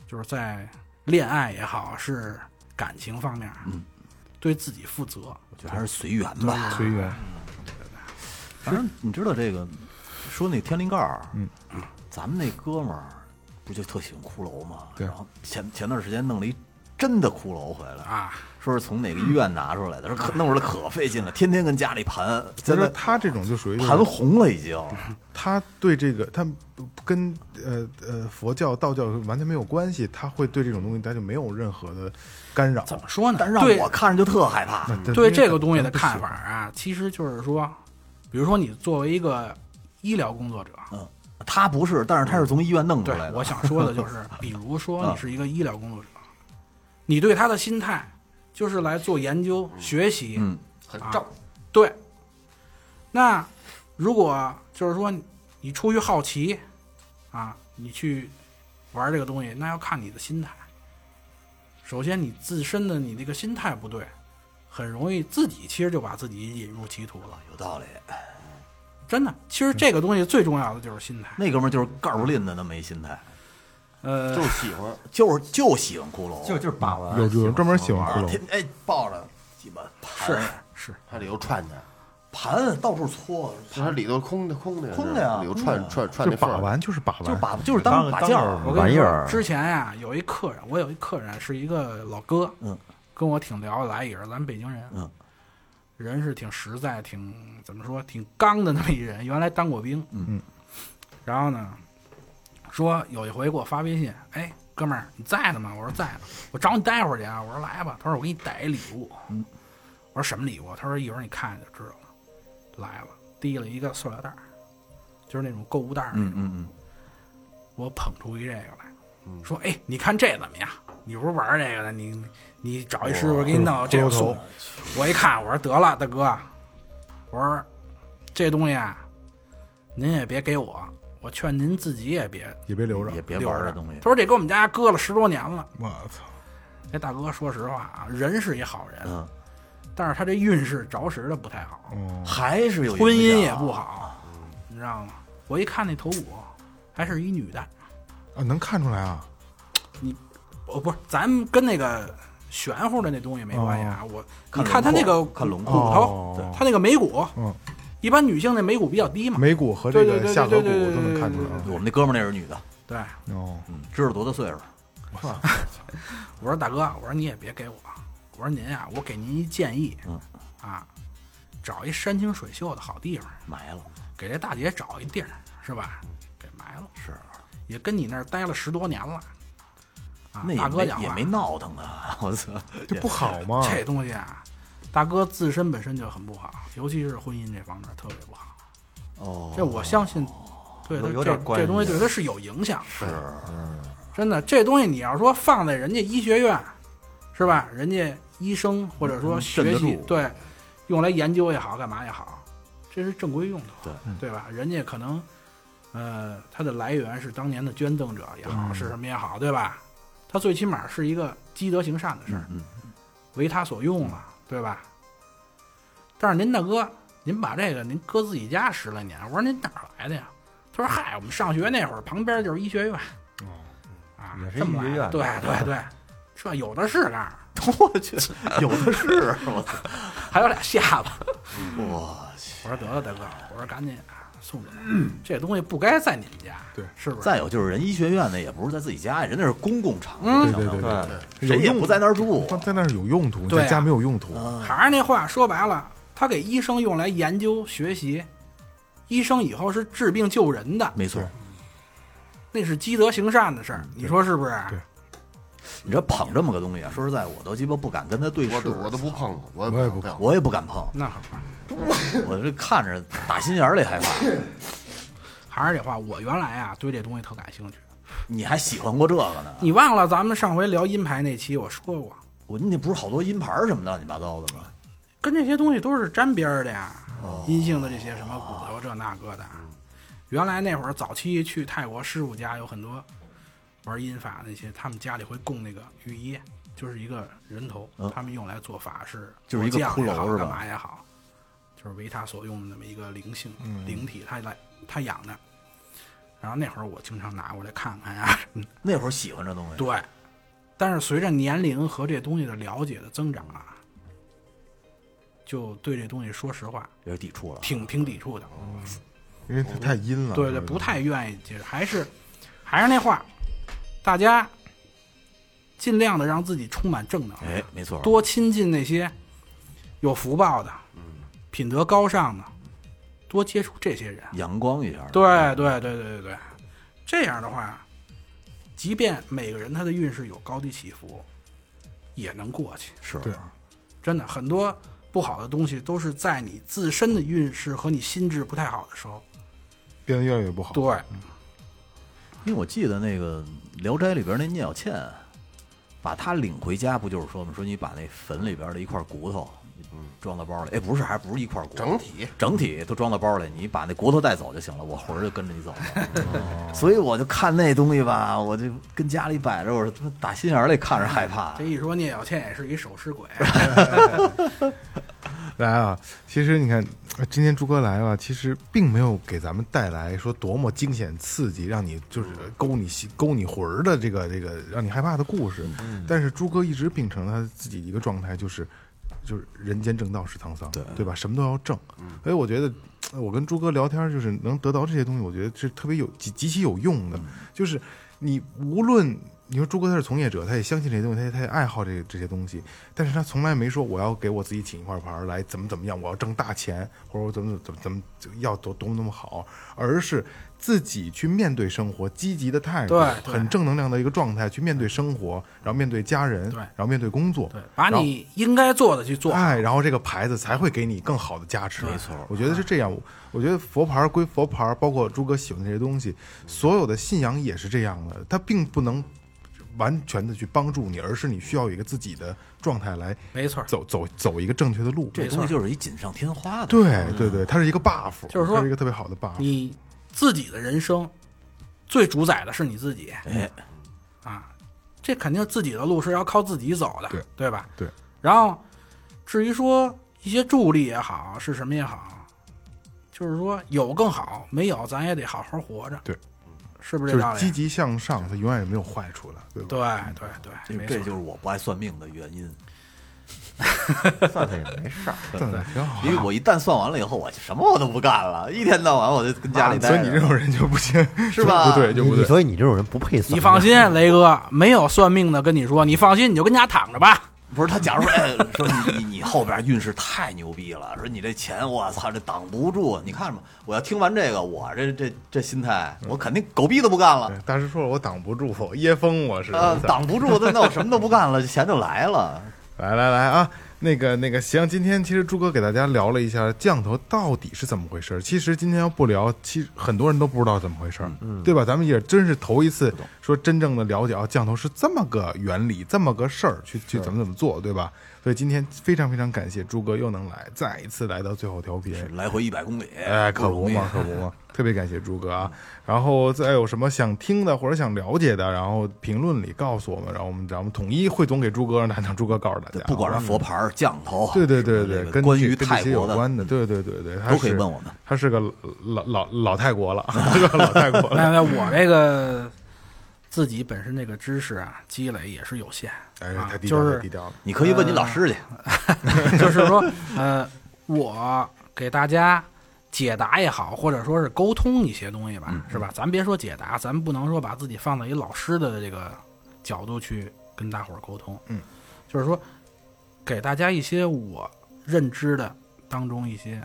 就是在恋爱也好，是感情方面，嗯，对自己负责。
我觉得还是随缘吧。
随缘。
反正你知道这个，说那天灵盖儿，嗯，咱们那哥们儿不就特喜欢骷髅吗？
对
然后前前段时间弄了一真的骷髅回来
啊，
说是从哪个医院拿出来的，说可弄出来可费劲了，天天跟家里盘，
所
现
以说
在
他这种就属于就是
盘红了已经。
他对这个他不跟呃呃佛教、道教完全没有关系，他会对这种东西他就没有任何的干扰。
怎么说呢？
但让
对
我看着就特害怕。
对
对这个东西的看法，啊，其实就是说，比如说你作为一个医疗工作者，
嗯，他不是，但是他是从医院弄出
对
来的。
我想说的
<laughs>
就是，比如说
啊
你是一个医疗工作者，你对他的心态就是来做研究、学习，
嗯
很
啊
正，
对。那如果就是说你你出于好奇啊，你去玩这个东西，那要看你的心态。首先，你自身的你这个心态不对，很容易自己其实就把自己引入歧途了。
有道理。
真的，其实这个东西最重要的就是心态。
那哥们儿就是盖儿林的那么一心态，
呃
就，喜欢
就是就喜欢骷髅，
就就是把玩，
有有人专门喜欢骷髅
天，哎抱着鸡巴
是
盘
是，
它里头串的，
盘到处搓，
是它里头空的空的，
空的呀
里头
空的
串
嗯
呀
串，
就
串那缝
把
儿，
玩就是把
就
玩，
把就是当把
当
件
当
儿
个
我跟你
玩意
说
儿，
之前呀、有一客人，我有一客人是一个老哥，
嗯，
跟我挺聊得来，也是咱北京人，
嗯，
人是挺实在，挺怎么说，挺刚的那么一人，原来当过兵，
嗯，
然后呢，说有一回给我发微信，哎，哥们儿你在呢吗？我说在呢，我找你待会儿去啊，我说来吧，他说我给你带一礼物，嗯，我说什么礼物？他说一会儿你看就知道了，来了，递了一个塑料袋儿，就是那种购物袋儿那种。
嗯嗯嗯，
我捧出一这个来，说：“哎，你看这怎么样？你不是玩这个的，你你你找一师傅给你弄这个送。”我一看，我说：“得了，大哥，我说这东西啊，您也别给我，我劝您自己也别
也别留着
也。别
留
玩
着
这东西
他，说：“这搁我们家搁了十多年了。
我操，”
这大哥说实话啊，人是一好人，
嗯，
但是他这运势着实的不太好，
哦，
还是有
婚姻
影
啊
响
也不，好，你知道吗？我一看那头骨，还是一女的。
啊，能看出来啊，
哦，不是，咱们跟那个玄乎的那东西没关系啊。我你看他
轮
那个
廓看轮
骨
廓，
头，
哦
他那个眉骨，
嗯，
一般女性那眉骨比较低嘛。
眉骨和这
对
个
对对
下颌骨
对对对
都能看出来
我
啊。
们那哥们儿那是女的，
对，
哦，
嗯，知道多大岁数？
我说大哥，我说你也别给我，我说您啊，我给您一建议，
嗯，
啊，找一山清水秀的好地方，
埋了，
给这大姐找一地儿，是吧？给埋了，
是，
也跟你那儿待了十多年了。啊
那，也
大哥
没
讲
也
话
没闹腾啊， <laughs> 我操，
这不好吗？
这东西啊，大哥自身本身就很不好，尤其是婚姻这方面特别不好。
哦，
这我相信，对他
有有
这
点关系
这东西对他是有影响的。是，真的，这东西你要说放在人家医学院，是吧？人家医生或者说
嗯镇得
学习
住
对，用来研究也好，干嘛也好，这是正规用途，
对
对吧？人家可能，呃，它的来源是当年的捐赠者也
嗯
好，是什么也好，对吧？它最起码是一个积德行善的事儿
嗯，嗯，
为他所用了，对吧？但是您大哥，您把这个您搁自己家十来年，我说您哪儿来的呀？他说：“嗨，我们上学那会儿旁边就是医学院，
哦嗯
啊
也，是
这么
医学
来的
院
对对对，这有的是干，
我
<laughs>
去，有的是，我操，嗯
还有俩下巴。
我去。”
我说：“得了，大哥，我说赶紧啊送给你， <clears throat> 这东西不该在你们家，
对
是不是？
再有就是人医学院呢，也不是在自己家，人那是公共场所，
对
相
嗯对
当于
对对，
谁
有
也
用
不在那儿住。
他在那儿有用途，
对啊
在家没有用途。
还是那话，说白了，他给医生用来研究学习，医生以后是治病救人的，
没错，
那是积德行善的事儿，你说是不是？
对
你这捧这么个东西啊，说实在，我都鸡巴不敢跟他对
我
视，
都我都不碰，我
我也
不
不
碰，
我也不敢碰，
那好吧。”
我这看着打心眼儿里害
<laughs>
怕。
还是这话，我原来啊对这东西特感兴趣。
你还喜欢过这个呢？
你忘了咱们上回聊阴牌那期我说过，
我那不是好多阴牌儿什么乱七八糟的吗？
跟这些东西都是沾边儿的呀，
哦
阴性的这些什么骨头这那个的。原来那会儿早期去泰国师傅家有很多玩阴法那些，他们家里会供那个玉液，就是一个人头，他们用来做法事，
嗯就是一个
做酱也
骷
好
髅是吧
干嘛也好，就是为他所用的那么一个灵性
嗯
灵体，他来他养的。然后那会儿我经常拿过来看看呀、
那会儿喜欢这东西，
对，但是随着年龄和这东西的了解的增长啊，就对这东西说实话
也是抵触了。
挺挺抵触的。
因为它太阴了。
对对，不太愿意接受，还是还是那话，大家尽量的让自己充满正能量，
哎，没错，
多亲近那些有福报的、品德高尚的，多接触这些人。
阳光一下，
对对对对对对，这样的话，即便每个人他的运势有高低起伏，也能过去。
是，
对
真的，很多不好的东西都是在你自身的运势和你心智不太好的时候。
哦变得越来越不好。
对，
因为我记得那个《聊斋》里边那聂小倩，把她领回家，不就是说吗？说你把那坟里边的一块骨头，装到包里。哎，不是，还不是一块骨头，
整体
整体都装到包里，你把那骨头带走就行了，我魂儿就跟着你走了。所以我就看那东西吧，我就跟家里摆着，我说他妈打心眼儿里看着害怕
这。一说聂小倩也是一手尸鬼，
来啊，其实你看，呃今天朱哥来了，其实并没有给咱们带来说多么惊险刺激，让你就是勾你心、勾你魂儿的这个这个让你害怕的故事。但是朱哥一直秉承他自己一个状态，就是就是人间正道是沧桑，对嗯对吧？什么都要正。所以我觉得呃我跟朱哥聊天儿，就是能得到这些东西，我觉得是特别有极极其有用的。就是你无论你说朱哥他是从业者，他也相信这些东西，他也他也爱好这个这些东西，但是他从来没说我要给我自己请一块牌儿来怎么怎么样，我要挣大钱，或者我怎么怎么怎么怎么要多多么多么好，而是自己去面对生活，积极的态度，
对对
很正能量的一个状态去面对生活，然后面对家人，
对
然后面对工作，
对，把你应该做的去做。
哎，然后这个牌子才会给你更好的价值。没错，我觉得是这样。我我觉得佛牌归佛牌，包括朱哥喜欢的这些东西，所有的信仰也是这样的，它并不能完全的去帮助你，而是你需要有一个自己的状态来
没错儿，
走走走一个正确的路。
这东西就是一锦上添花的，
对对对，它是一个 buff，
就是说
它是一个特别好的 buff。
你自己的人生最主宰的是你自己。
哎，
啊，这肯定自己的路是要靠自己走的，
对
吧？
对。
然后，至于说一些助力也好，是什么也好，就是说有更好，没有咱也得好好活着。
对，
是不是
就
这
是
道理？
积极向上，它永远也没有坏处的，对吧？
对对对，没
这
错。
就是我不爱算命的原因，
算算也没事儿。
算的挺好
因。为我一旦算完了以后，我就什么我都不干了，一天到晚我就跟家里待
啊所
着。
以你这种人就不行，
是吧
<laughs> 就不对，就不
你
对。
所以你这种人不配算。
你放心，雷哥，没有算命的跟你说，你放心，你就跟家躺
<laughs>
着吧。
不是他，假如说，哎， <laughs> 说你你你后边运势太牛逼了，说你这钱，我操，这挡不住。你看吧，我要听完这个，我这这这心态，我肯定狗逼都不干了
对大师说了，我挡不住，噎疯我是。
啊、挡不住，那那我什么都不干了，钱就来了。
来来来啊，那个那个行，今天其实朱哥给大家聊了一下降头到底是怎么回事儿。其实今天要不聊，其实很多人都不知道怎么回事儿，
嗯
对吧？咱们也真是头一次说真正的了解啊，降头是这么个原理，这么个事儿，去去怎么怎么做，对吧？所以今天非常非常感谢朱哥又能来，再一次来到最后调频，
来回一百公里，
哎，可不
容易
嘛，可不嘛，特别感谢朱哥啊！然后再有什么想听的或者想了解的，然后评论里告诉我们，然后我们咱们统一汇总给朱哥，让他让朱哥告诉大家啊，
不管是佛牌、降头，
对对对
什么
对
这，个
跟
关
这
于
跟这
泰
些有
国的，
关的，对对对对，他
都可以
是
问我们。
他是个老老老泰国了，是个老泰国了。
那那我这个自己本身这个知识啊，积累也是有限，
哎，
啊
太低调
就
了，
是
太低调了。
你可以
呃
问你老师去。
就是说，呃，我给大家解答也好，或者说是沟通一些东西吧，是吧？咱别说解答，咱不能说把自己放在一老师的这个角度去跟大伙儿沟通，
嗯，
就是说给大家一些我认知的当中一些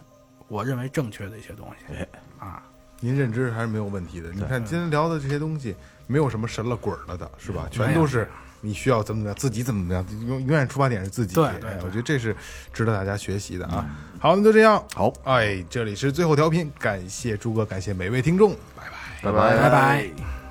我认为正确的一些东西啊，
您认知还是没有问题的。你看
嗯
今天聊的这些东西，没有什么神了鬼了的，是
嗯
吧？全都是你需要怎么怎么样，自己怎么怎么样，永永远出发点是自己。
对对
哎
对
我觉得这是值得大家学习的啊。好，那就这样。
嗯好，
哎，这里是最后调频，感谢朱哥，感谢每位听众，拜拜。
拜
拜拜。